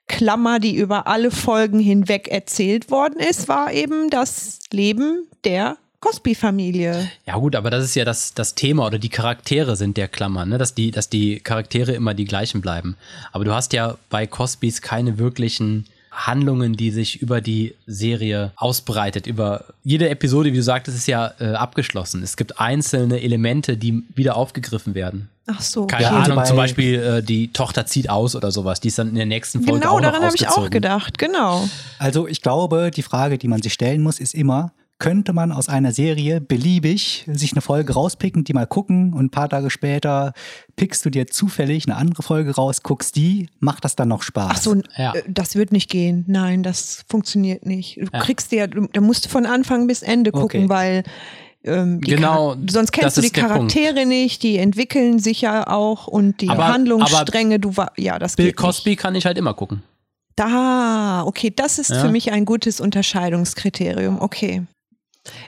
B: Klammer, die über alle Folgen hinweg erzählt worden ist, war eben das Leben der Cosby-Familie.
C: Ja gut, aber das ist ja das, das Thema oder die Charaktere sind der Klammern, ne? dass, die, dass die Charaktere immer die gleichen bleiben. Aber du hast ja bei Cosbys keine wirklichen Handlungen, die sich über die Serie ausbreitet. Über jede Episode, wie du sagtest, ist ja äh, abgeschlossen. Es gibt einzelne Elemente, die wieder aufgegriffen werden.
B: Ach so.
C: Keine
A: Ja, also
C: Ahnung, zum
A: bei-
C: Beispiel äh, die Tochter zieht aus oder sowas. Die ist dann in der nächsten Folge
B: Genau,
C: auch noch
B: daran habe ich auch
C: aufgezogen.
B: gedacht, genau.
A: Also ich glaube, die Frage, die man sich stellen muss, ist immer, könnte man aus einer Serie beliebig sich eine Folge rauspicken, die mal gucken und ein paar Tage später pickst du dir zufällig eine andere Folge raus, guckst die, macht das dann noch Spaß?
B: Ach so, n-
C: Ja.
B: äh, das wird nicht gehen. Nein, das funktioniert nicht. Du kriegst dir, du, da musst du von Anfang bis Ende gucken,
A: Okay.
B: weil ähm, die
C: Genau,
B: Charak- sonst
C: das
B: kennst du die
C: ist der Punkt.
B: Charaktere nicht, die entwickeln sich ja auch und die
C: Aber-
B: Handlungsstränge, du war, ja, das
C: Bill
B: geht nicht.
C: Cosby kann ich halt immer gucken.
B: Da, okay, das ist
C: Ja.
B: für mich ein gutes Unterscheidungskriterium. Okay.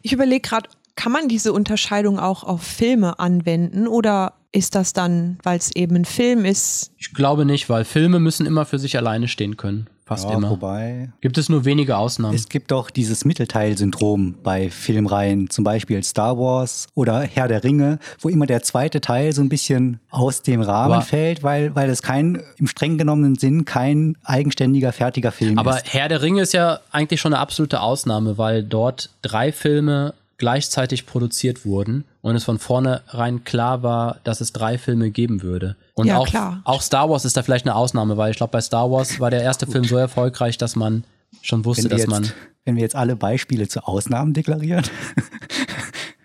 B: Ich überlege gerade, kann man diese Unterscheidung auch auf Filme anwenden oder ist das dann, weil es eben ein Film ist,
C: Ich glaube nicht, weil Filme müssen immer für sich alleine stehen können. Fast
A: ja,
C: immer.
A: Wobei,
C: Gibt es nur wenige Ausnahmen.
A: es gibt doch dieses Mittelteil-Syndrom bei Filmreihen, zum Beispiel Star Wars oder Herr der Ringe, wo immer der zweite Teil so ein bisschen aus dem Rahmen
C: Aber-
A: fällt, weil, weil es kein, im streng genommenen Sinn, kein eigenständiger, fertiger Film
C: aber
A: ist.
C: Herr der Ringe ist ja eigentlich schon eine absolute Ausnahme, weil dort drei Filme gleichzeitig produziert wurden und es von vornherein klar war, dass es drei Filme geben würde. Und
B: Ja,
C: auch,
B: klar.
C: auch Star Wars ist da vielleicht eine Ausnahme, weil ich glaube, bei Star Wars war der erste Film so erfolgreich, dass man schon
A: Wenn
C: wusste,
A: wir,
C: dass man.
A: jetzt, wenn wir jetzt alle Beispiele zu Ausnahmen deklarieren. [LAUGHS]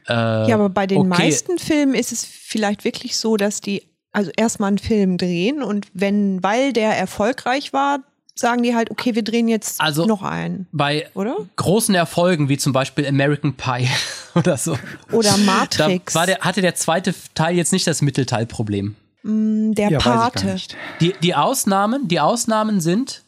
B: Ja, aber bei den
C: Äh, okay.
B: meisten Filmen ist es vielleicht wirklich so, dass die also erstmal einen Film drehen und wenn, weil der erfolgreich war, sagen die halt, okay, wir drehen jetzt
C: Also-
B: noch einen,
C: Bei
B: oder?
C: großen Erfolgen wie zum Beispiel American Pie [LAUGHS] oder so.
B: Oder
C: Da
B: Matrix,
C: war der, hatte der zweite Teil jetzt nicht das Mittelteilproblem.
B: Hm, der
A: Ja, weiß ich gar
B: Pate.
A: nicht.
C: Die, die Ausnahmen, die Ausnahmen sind,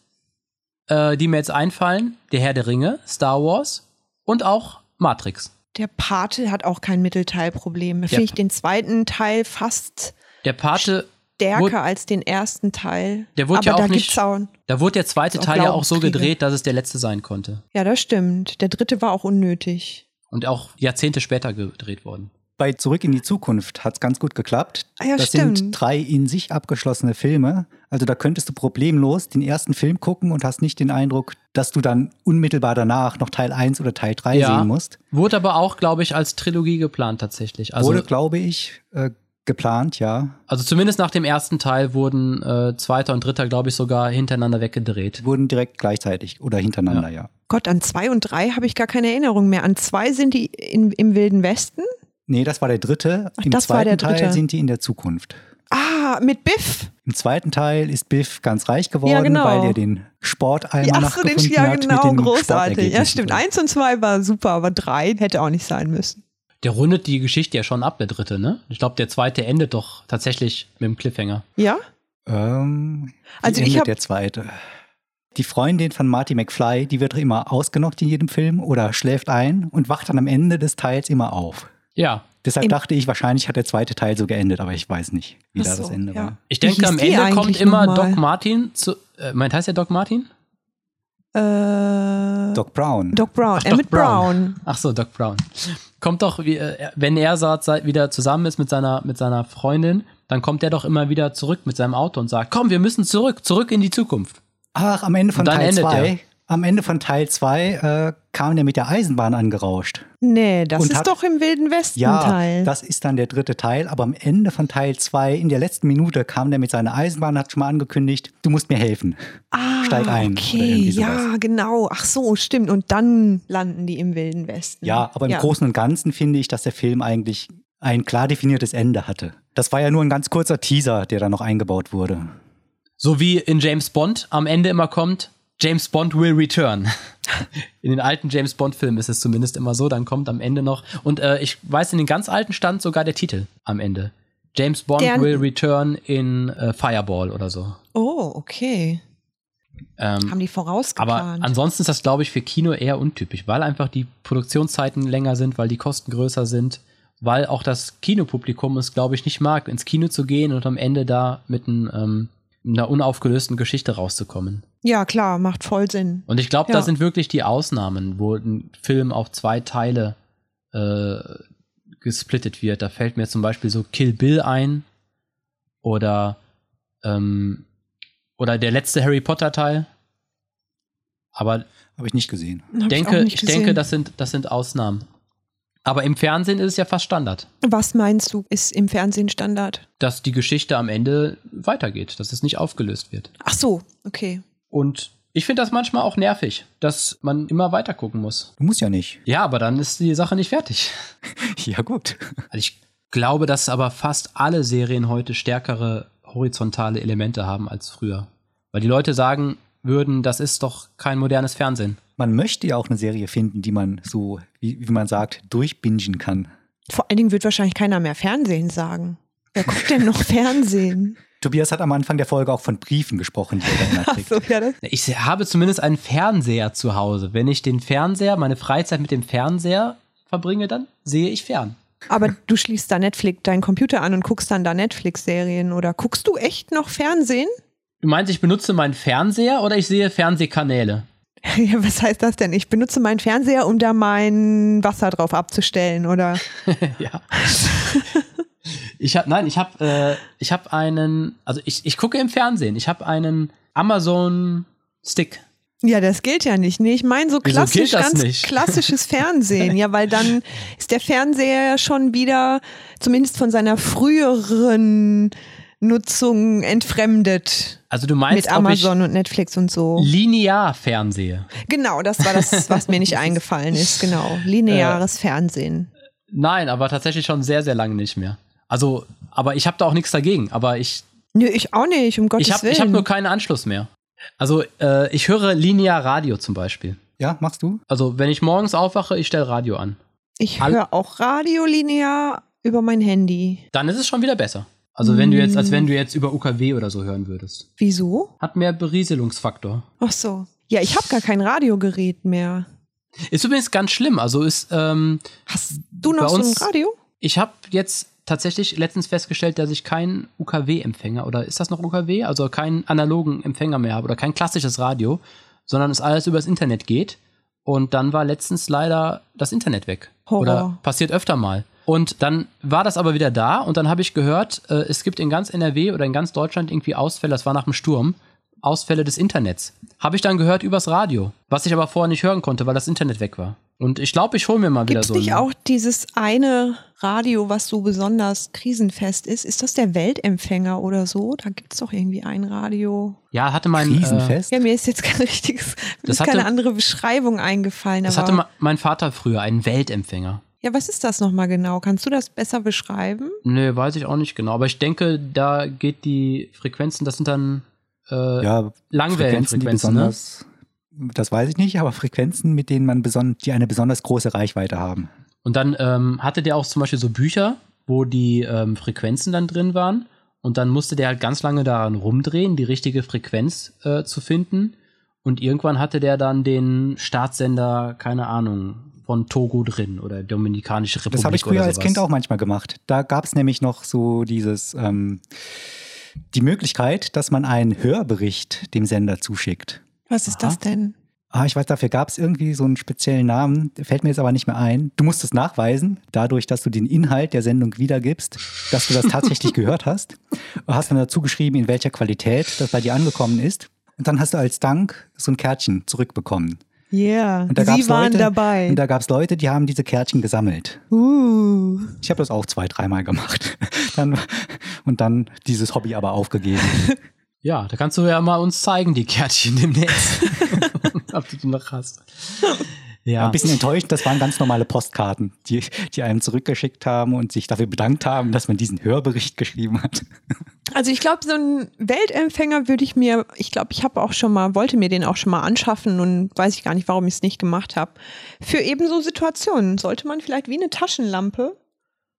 C: äh, die mir jetzt einfallen, der Herr der Ringe, Star Wars und auch Matrix.
B: Der Pate hat auch kein Mittelteilproblem. Da Finde
C: Ja.
B: ich den zweiten Teil fast
C: Der Pate,
B: stärker
C: Wurde-
B: als den ersten Teil.
C: Der wurde
B: aber
C: ja auch
B: da
C: nicht-
B: gibt's auch.
C: da wurde der zweite
B: Ist auch
C: Teil ja auch so
B: Glaubenskriege.
C: gedreht, dass es der letzte sein konnte.
B: Ja, das stimmt. Der dritte war auch unnötig.
C: Und auch Jahrzehnte später gedreht worden.
A: Bei Zurück in die Zukunft hat es ganz gut geklappt.
B: Ah ja,
A: das sind
B: stimmt.
A: drei in sich abgeschlossene Filme. Also da könntest du problemlos den ersten Film gucken und hast nicht den Eindruck, dass du dann unmittelbar danach noch Teil 1 oder Teil 3
C: Ja.
A: sehen musst.
C: Wurde aber auch, glaube ich, als Trilogie geplant tatsächlich. Also,
A: Wurde, glaube ich, äh, geplant, ja.
C: also zumindest nach dem ersten Teil wurden äh, zweiter und dritter, glaube ich, sogar hintereinander weggedreht.
A: Wurden direkt gleichzeitig oder hintereinander, ja.
B: Gott, an zwei und drei habe ich gar keine Erinnerung mehr. An zwei sind die in, im Wilden Westen.
A: Nee, das war der dritte.
B: Ach,
A: Im
B: das war
A: zweiten
B: der
A: Teil
B: dritte.
A: sind die in der Zukunft.
B: Ah, mit Biff.
A: Im zweiten Teil ist Biff ganz reich geworden,
B: genau.
A: weil er den Sportalmanach
B: Ach so, den
A: gefunden
B: ja
A: hat
B: genau,
A: mit den
B: großartig. Ja,
A: Sportergebnissen
B: stimmt.
A: drin.
B: Eins und zwei war super, aber drei hätte auch nicht sein müssen.
C: Der rundet die Geschichte ja schon ab, der dritte, ne? Ich glaube, der zweite endet doch tatsächlich mit dem Cliffhanger.
B: Ja?
A: Ähm, also
B: Also ich
A: ich
B: hab-
A: der zweite. Die Freundin von Marty McFly, die wird doch immer ausgenockt in jedem Film oder schläft ein und wacht dann am Ende des Teils immer auf.
C: Ja,
A: Deshalb
B: Im-
A: dachte ich, wahrscheinlich hat der zweite Teil so geendet, aber ich weiß nicht, wie
B: Ach
A: da
B: so,
A: das Ende
B: ja.
A: war.
C: Ich
B: Wie hieß
C: denke, am
B: die
C: Ende kommt
B: eigentlich
C: immer
B: nochmal?
C: Doc Martin zu. Äh, meint heißt der Doc Martin?
B: Äh, Doc,
A: Doc Brown.
B: Brown.
C: Doc
B: Emmett Brown.
C: Ach so, Doc Brown. Kommt doch, wie, äh, wenn er sa- seit- wieder zusammen ist mit seiner, mit seiner Freundin, dann kommt er doch immer wieder zurück mit seinem Auto und sagt: Komm, wir müssen zurück, zurück in die Zukunft.
A: Ach, am Ende von
C: Und dann
A: Teil
C: endet
A: 2. Am Ende von Teil 2 äh, kam der mit der Eisenbahn angerauscht.
B: Nee, das
A: Und
B: ist
A: hat-
B: doch im Wilden Westen
A: Ja,
B: Teil.
A: das ist dann der dritte Teil, aber am Ende von Teil 2, in der letzten Minute, kam der mit seiner Eisenbahn und hat schon mal angekündigt, du musst mir helfen.
B: ah,
A: steig ein oder
B: Okay,
A: irgendwie sowas.
B: ja, genau. Ach so, stimmt. Und dann landen die im Wilden Westen.
A: Ja, aber im Großen und Ganzen finde ich, dass der Film eigentlich ein klar definiertes Ende hatte. Das war ja nur ein ganz kurzer Teaser, der da noch eingebaut wurde.
C: So wie in James Bond am Ende immer kommt: James Bond will return. In den alten James Bond-Filmen ist es zumindest immer so, dann kommt am Ende noch. Und äh, ich weiß, in den ganz alten stand sogar der Titel am Ende. James Bond
B: Der-
C: will return in äh, Fireball oder so.
B: Oh, okay.
C: Ähm,
B: Haben die vorausgeplant.
C: aber ansonsten ist das, glaube ich, für Kino eher untypisch, weil einfach die Produktionszeiten länger sind, weil die Kosten größer sind, weil auch das Kinopublikum es, glaube ich, nicht mag, ins Kino zu gehen und am Ende da mit ein, ähm, einer unaufgelösten Geschichte rauszukommen.
B: ja, klar, macht voll Sinn.
C: Und ich glaube,
B: Ja.
C: das sind wirklich die Ausnahmen, wo ein Film auf zwei Teile äh, gesplittet wird. Da fällt mir zum Beispiel so Kill Bill ein oder ähm, oder der letzte Harry Potter Teil. Aber
A: Habe ich nicht gesehen.
B: Hab ich
C: denke,
B: auch
C: ich,
B: nicht
C: denke,
B: gesehen.
C: das sind das sind Ausnahmen. Aber im Fernsehen ist es ja fast Standard,
B: Was meinst du, ist im Fernsehen Standard?
C: dass die Geschichte am Ende weitergeht, dass es nicht aufgelöst wird.
B: Ach so, okay.
C: Und ich finde das manchmal auch nervig, dass man immer weiter gucken muss.
A: Du musst ja nicht. [LAUGHS]
C: Ja, aber dann ist die Sache nicht fertig.
A: Ja, gut.
C: Also ich glaube, dass aber fast alle Serien heute stärkere horizontale Elemente haben als früher. Weil die Leute sagen würden, das ist doch kein modernes Fernsehen.
A: Man möchte ja auch eine Serie finden, die man so, wie, wie man sagt, durchbingen kann.
B: Vor allen Dingen wird wahrscheinlich keiner mehr Fernsehen sagen. Wer guckt denn noch Fernsehen?
A: Tobias hat am Anfang der Folge auch von Briefen gesprochen, die
C: [LAUGHS]
A: er da
B: Ach
A: immer kriegt.
B: so, ja, das
C: Ich habe zumindest einen Fernseher zu Hause. Wenn ich den Fernseher, meine Freizeit mit dem Fernseher verbringe, dann sehe ich fern.
B: Aber du schließt da Netflix, deinen Computer an und guckst dann da Netflix-Serien oder guckst du echt noch Fernsehen? [LAUGHS]
C: Du meinst, ich benutze meinen Fernseher oder ich sehe Fernsehkanäle?
B: Ja, was heißt das denn? Ich benutze meinen Fernseher, um da mein Wasser drauf abzustellen oder
C: ja. [LAUGHS] Ich hab, nein, ich habe äh, ich hab einen, also ich, ich gucke im Fernsehen, ich habe einen Amazon Stick.
B: ja, das gilt ja nicht. Nee, ich meine so
C: Wieso
B: klassisch,
C: gilt das
B: ganz
C: nicht?
B: klassisches Fernsehen. Ja, weil dann ist der Fernseher ja schon wieder zumindest von seiner früheren Nutzung entfremdet.
C: Also du meinst,
B: Mit Amazon und Netflix und so.
C: ob ich linear fernsehe.
B: Genau, das war das, was mir
C: [LAUGHS]
B: nicht eingefallen ist. Genau, lineares Fernsehen.
C: Nein, aber tatsächlich schon sehr, sehr lange nicht mehr. Also, aber ich habe da auch nichts dagegen, aber ich,
B: Nö, ich auch nicht, um Gottes
C: ich habe
B: Willen.
C: ich hab nur keinen Anschluss mehr. Also äh, ich höre linear Radio zum Beispiel.
A: Ja, machst du?
C: Also wenn ich morgens aufwache, ich stelle Radio an.
B: ich
C: Al-
B: höre auch Radio linear über mein Handy.
C: Dann ist es schon wieder besser. Also wenn du jetzt, als wenn du jetzt über UKW oder so hören würdest.
B: Wieso?
C: Hat mehr Berieselungsfaktor.
B: Ach so. Ja, ich habe gar kein Radiogerät mehr.
C: Ist übrigens ganz schlimm. Also ist, ähm,
B: Hast du
C: Bei
B: noch so ein
C: uns-
B: Radio?
C: ich habe jetzt tatsächlich letztens festgestellt, dass ich keinen UKW-Empfänger oder ist das noch UKW? Also keinen analogen Empfänger mehr habe oder kein klassisches Radio, sondern es alles übers Internet geht. Und dann war letztens leider das Internet weg.
B: Horror.
C: Oder passiert öfter mal. Und dann war das aber wieder da und dann habe ich gehört, äh, es gibt in ganz NRW oder in ganz Deutschland irgendwie Ausfälle, das war nach dem Sturm, Ausfälle des Internets. Habe ich dann gehört übers Radio, was ich aber vorher nicht hören konnte, weil das Internet weg war. Und ich glaube, ich hole mir mal wieder
B: Gibt es
C: so
B: nicht
C: einen-
B: auch dieses eine Radio, was so besonders krisenfest ist? Ist das der Weltempfänger oder so? Da gibt es doch irgendwie ein Radio.
C: Ja, hatte mein äh,
A: Riesenfest.
B: Ja, mir ist jetzt kein richtiges, mir
C: Das
B: ist keine
C: hatte-
B: andere Beschreibung eingefallen.
C: Das
B: aber
C: hatte ma- mein Vater früher, einen Weltempfänger.
B: Ja, was ist das nochmal genau? Kannst du das besser beschreiben?
C: Nee, weiß ich auch nicht genau. Aber ich denke, da geht die Frequenzen, das sind dann äh,
A: ja, Frequenzen, die
C: Langwellenfrequenzen, ne?
A: besonders. Das weiß ich nicht, aber Frequenzen, mit denen man beson die eine besonders große Reichweite haben.
C: Und dann ähm, hatte der auch zum Beispiel so Bücher, wo die ähm, Frequenzen dann drin waren. Und dann musste der halt ganz lange daran rumdrehen, die richtige Frequenz äh, zu finden. Und irgendwann hatte der dann den Staatssender, keine Ahnung, von Togo drin oder Dominikanische Republik.
A: Das habe ich früher
C: oder
A: als
C: sowas.
A: Kind auch manchmal gemacht. Da gab es nämlich noch so dieses ähm, die Möglichkeit, dass man einen Hörbericht dem Sender zuschickt.
B: Was ist
A: Aha.
B: das denn?
A: Ah, ich weiß, dafür gab es irgendwie so einen speziellen Namen, der fällt mir jetzt aber nicht mehr ein. Du musst es nachweisen, dadurch, dass du den Inhalt der Sendung wiedergibst, dass du das
B: [LAUGHS]
A: tatsächlich gehört hast. Und hast dann dazu geschrieben, in welcher Qualität das bei dir angekommen ist. Und dann hast du als Dank so ein Kärtchen zurückbekommen.
B: Yeah,
A: Und da
B: sie
A: gab's
B: waren
A: Leute,
B: dabei.
A: Und da gab es Leute, die haben diese Kärtchen gesammelt.
B: uh.
A: Ich habe das auch zwei, dreimal gemacht. [LAUGHS] Dann, und dann dieses Hobby aber aufgegeben.
C: Ja, da kannst du ja mal uns zeigen, die Kärtchen demnächst. Ob du die noch hast. Ja.
A: Ein bisschen enttäuscht, das waren ganz normale Postkarten, die, die einem zurückgeschickt haben und sich dafür bedankt haben, dass man diesen Hörbericht geschrieben hat.
B: Also ich glaube, so einen Weltempfänger würde ich mir, ich glaube, ich habe auch schon mal, wollte mir den auch schon mal anschaffen und weiß ich gar nicht, warum ich es nicht gemacht habe. Für ebenso Situationen sollte man vielleicht wie eine Taschenlampe.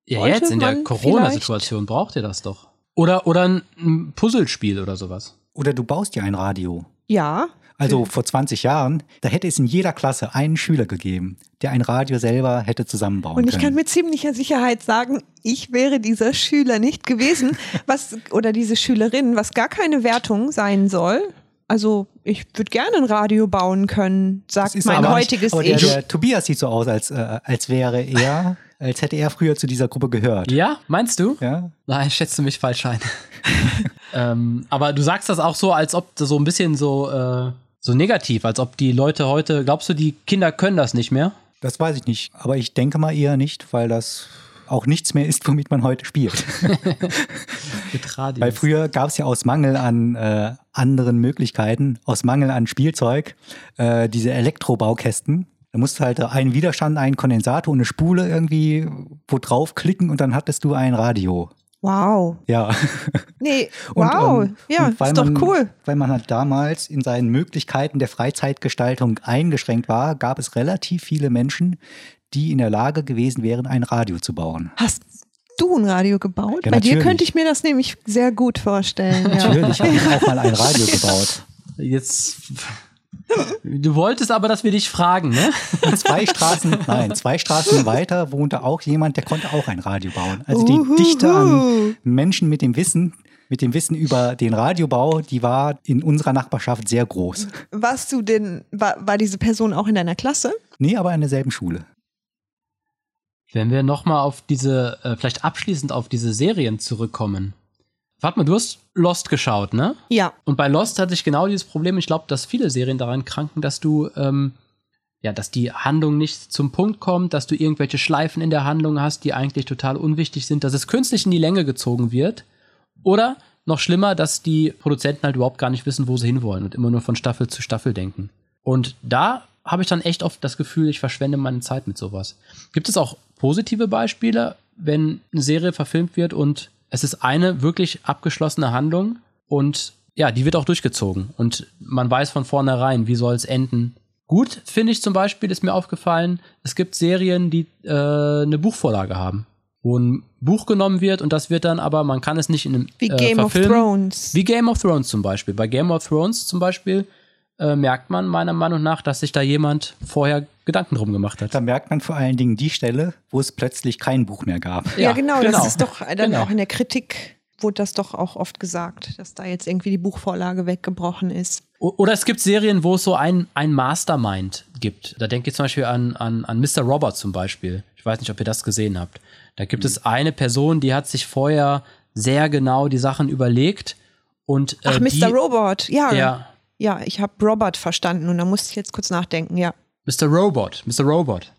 C: ja,
B: Wollte
C: jetzt in der
B: man
C: Corona-Situation braucht ihr das doch. Oder, oder ein- ein Puzzlespiel oder sowas.
A: Oder du baust dir ein Radio.
B: Ja.
A: Also vor 20 Jahren, da hätte es in jeder Klasse einen Schüler gegeben, der ein Radio selber hätte zusammenbauen
B: Und ich
A: können.
B: kann mit ziemlicher Sicherheit sagen, ich wäre dieser Schüler nicht gewesen,
A: [LAUGHS]
B: was oder diese Schülerin, was gar keine Wertung sein soll. Also ich würde gerne ein Radio bauen können, sagt
A: Das ist
B: mein
A: aber nicht,
B: heutiges
A: aber
B: Ich.
A: Der, der Tobias sieht so aus, als, äh, als wäre er, als hätte er früher zu dieser Gruppe gehört.
C: Ja, meinst du?
A: Ja?
C: Nein, schätzt du mich falsch ein. [LAUGHS] ähm, aber du sagst das auch so, als ob das so ein bisschen so, äh, so negativ, als ob die Leute heute, glaubst du, die Kinder können das nicht mehr?
A: Das weiß ich nicht. Aber ich denke mal eher nicht, weil das auch nichts mehr ist, womit man heute spielt.
C: Mit Radio.
A: Weil früher gab es ja aus Mangel an äh, anderen Möglichkeiten, aus Mangel an Spielzeug, äh, diese Elektrobaukästen. Da musst du halt einen Widerstand, einen Kondensator und eine Spule irgendwie wo draufklicken und dann hattest du ein Radio.
B: Wow.
A: Ja. [LAUGHS]
B: Nee,
A: Und,
B: wow.
A: ähm,
B: ja,
A: und weil
B: ist doch
A: man,
B: cool.
A: Weil man halt damals in seinen Möglichkeiten der Freizeitgestaltung eingeschränkt war, gab es relativ viele Menschen, die in der Lage gewesen wären, ein Radio zu bauen.
B: Hast du ein Radio gebaut?
A: Ja,
B: Bei dir
A: natürlich.
B: könnte ich mir das nämlich sehr
A: [LAUGHS]
B: gut vorstellen. Ja. [LAUGHS]
A: Natürlich habe ich auch mal ein Radio gebaut.
C: Jetzt. Du wolltest aber, dass wir dich fragen, ne?
A: Zwei Straßen, nein, zwei
B: [LAUGHS]
A: Straßen weiter wohnte auch jemand, der konnte auch ein Radio bauen. Also die Dichte an Menschen mit dem Wissen, mit dem Wissen über den Radiobau, die war in unserer Nachbarschaft sehr groß.
B: Warst du denn, war, war diese Person auch in deiner Klasse?
A: Nee, aber in derselben Schule.
C: Wenn wir nochmal auf diese, äh, vielleicht abschließend auf diese Serien zurückkommen. Warte mal, du hast Lost geschaut, ne?
B: Ja.
C: Und bei Lost hatte ich genau dieses Problem. Ich glaube, dass viele Serien daran kranken, dass du, ähm, ja, dass die Handlung nicht zum Punkt kommt, dass du irgendwelche Schleifen in der Handlung hast, die eigentlich total unwichtig sind, dass es künstlich in die Länge gezogen wird. Oder noch schlimmer, dass die Produzenten halt überhaupt gar nicht wissen, wo sie hinwollen und immer nur von Staffel zu Staffel denken. Und da habe ich dann echt oft das Gefühl, ich verschwende meine Zeit mit sowas. Gibt es auch positive Beispiele, wenn eine Serie verfilmt wird und es ist eine wirklich abgeschlossene Handlung und ja, die wird auch durchgezogen und man weiß von vornherein, wie soll es enden. Gut, finde ich zum Beispiel, ist mir aufgefallen, es gibt Serien, die äh, eine Buchvorlage haben, wo ein Buch genommen wird und das wird dann aber, man kann es nicht in einem
B: Wie
C: äh,
B: Game of
C: verfilmen.
B: Thrones.
C: Wie Game of Thrones zum Beispiel. Bei Game of Thrones zum Beispiel äh, merkt man meiner Meinung nach, dass sich da jemand vorher Gedanken drum gemacht hat.
A: Da merkt man vor allen Dingen die Stelle, wo es plötzlich kein Buch mehr gab.
B: Ja, genau, Das ist doch dann
C: Genau.
B: auch in der Kritik wurde das doch auch oft gesagt, dass da jetzt irgendwie die Buchvorlage weggebrochen ist.
C: O- Oder es gibt Serien, wo es so ein, ein Mastermind gibt. Da denke ich zum Beispiel an, an, an Mr. Robert zum Beispiel. Ich weiß nicht, ob ihr das gesehen habt. Da gibt es eine Person, die hat sich vorher sehr genau die Sachen überlegt und äh,
B: Ach,
C: die,
B: Mr. Robot, ja.
C: Ja,
B: Ja, ich habe Robert verstanden und da musste ich jetzt kurz nachdenken, ja.
C: Mr. Robot, Mr. Robot.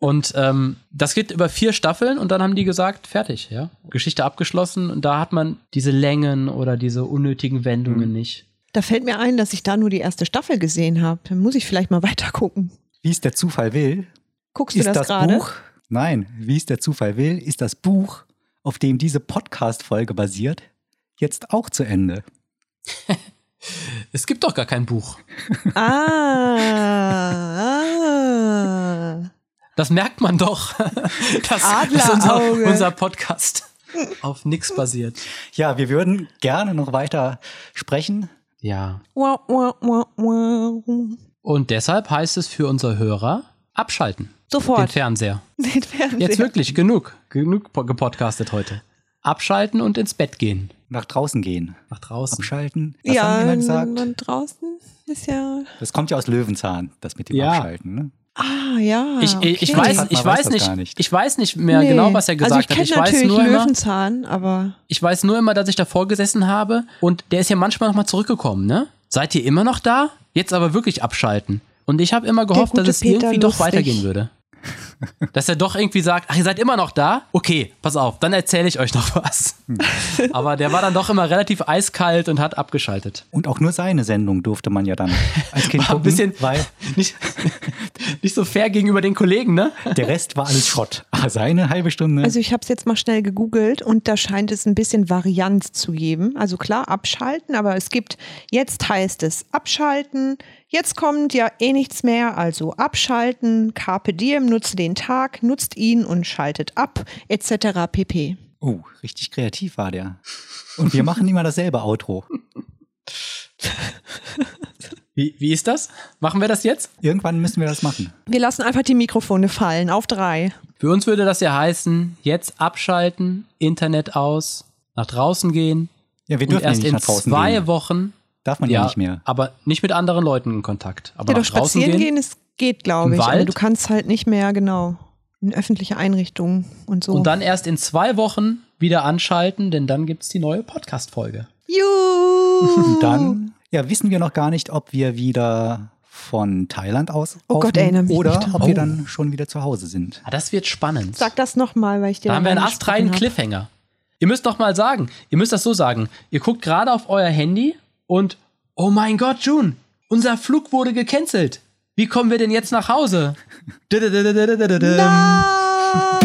C: und ähm, das geht über vier Staffeln und dann haben die gesagt, fertig, ja. Geschichte abgeschlossen und da hat man diese Längen oder diese unnötigen Wendungen nicht.
B: Da fällt mir ein, dass ich da nur die erste Staffel gesehen habe. Dann muss ich vielleicht mal [LAUGHS] weiter gucken.
A: Wie es der Zufall will,
B: Guckst
A: ist
B: du
A: das
B: das, gerade?
A: Buch, nein, wie es der Zufall will, ist das Buch, auf dem diese Podcast-Folge basiert, jetzt auch zu Ende.
C: Es gibt doch gar kein Buch.
B: Ah, ah.
C: Das merkt man doch. [LAUGHS] das ist unser,
B: Adlerauge.
C: unser Podcast auf nix basiert.
A: Ja, wir würden gerne noch weiter sprechen.
C: Ja.
B: Wah, wah, wah, wah.
C: Und deshalb heißt es für unsere Hörer abschalten. Den
B: Sofort.
C: Fernseher.
B: [LAUGHS] Den Fernseher.
C: Jetzt wirklich genug. Genug po- gepodcastet heute. Abschalten und ins Bett gehen.
A: Nach draußen gehen,
C: Nach draußen.
A: abschalten. Das
B: ja,
A: haben wir immer gesagt.
B: und draußen ist ja.
A: Das kommt ja aus Löwenzahn, das mit dem
C: Ja.
A: Abschalten. Ne?
B: Ah, ja.
C: Ich, ich, ich
B: okay.
C: weiß,
A: Fatma weiß
C: ich weiß
A: das
C: nicht,
A: gar nicht.
C: ich weiß nicht mehr
B: Nee.
C: genau, was er gesagt
B: also ich
C: hat. Ich
B: kenne
C: weiß,
B: natürlich
C: nur immer,
B: Löwenzahn, aber
C: ich weiß nur immer, dass ich davor gesessen habe und der ist ja manchmal nochmal zurückgekommen, ne? Seid ihr immer noch da? Jetzt aber wirklich abschalten. Und ich habe immer gehofft, dass
B: gute
C: es
B: Peter
C: irgendwie doch
B: Lustig. [LAUGHS]
C: weitergehen würde. Dass er doch irgendwie sagt, ach, ihr seid immer noch da? Okay, pass auf, dann erzähle ich euch noch was.
B: Hm.
C: [LAUGHS] Aber der war dann doch immer relativ eiskalt und hat abgeschaltet.
A: Und auch nur seine Sendung durfte man ja dann als Kind
C: [LAUGHS] War
A: gucken,
C: ein bisschen
A: weil
C: nicht, nicht so fair gegenüber den
B: [LAUGHS]
C: Kollegen, ne?
A: der Rest war alles Schrott. Aber seine halbe Stunde.
B: also ich habe es jetzt mal schnell gegoogelt und da scheint es ein bisschen Varianz zu geben. Also klar, abschalten, aber es gibt, jetzt heißt es abschalten, jetzt kommt ja eh nichts mehr, also abschalten, carpe diem, nutze den Tag, nutzt ihn und schaltet ab, etc. pp.
A: oh, richtig kreativ war der. Und wir machen immer dasselbe Outro.
C: Wie, wie ist das? Machen wir das jetzt?
A: Irgendwann müssen wir das machen.
B: Wir lassen einfach die Mikrofone fallen. Auf drei.
C: Für uns würde das ja heißen, jetzt abschalten, Internet aus, nach draußen gehen
A: Ja, wir
C: und
A: dürfen ja
C: erst
A: nicht
C: in
A: nach draußen
C: zwei
A: gehen.
C: Wochen,
A: Darf man ja,
C: ja,
A: nicht mehr.
C: aber nicht mit anderen Leuten in Kontakt. Aber
B: Ja, doch
C: nach draußen
B: spazieren
C: gehen,
B: gehen, es geht, glaube
C: Im
B: ich. Aber
C: Wald?
B: du kannst halt nicht mehr, genau. In öffentliche Einrichtungen und so.
C: und dann erst in zwei Wochen wieder anschalten, denn dann gibt's die neue Podcast-Folge. [LAUGHS]
B: Juhu!
A: Und dann ja, wissen wir noch gar nicht, ob wir wieder von Thailand aus
B: Oh Gott,
A: aufnehmen
B: erinnere mich
A: oder
B: nicht.
A: ob wir
C: Oh.
A: dann schon wieder zu Hause sind.
C: Ah, das wird spannend.
B: Sag das nochmal, weil ich dir
C: Da haben wir
B: dabei
C: einen
B: gesprochen
C: astreinen
B: hab.
C: Cliffhanger. Ihr müsst doch mal sagen, ihr müsst das so sagen. Ihr guckt gerade auf euer Handy und oh mein Gott, June, unser Flug wurde gecancelt. Wie kommen wir denn jetzt nach Hause? Didididididididum.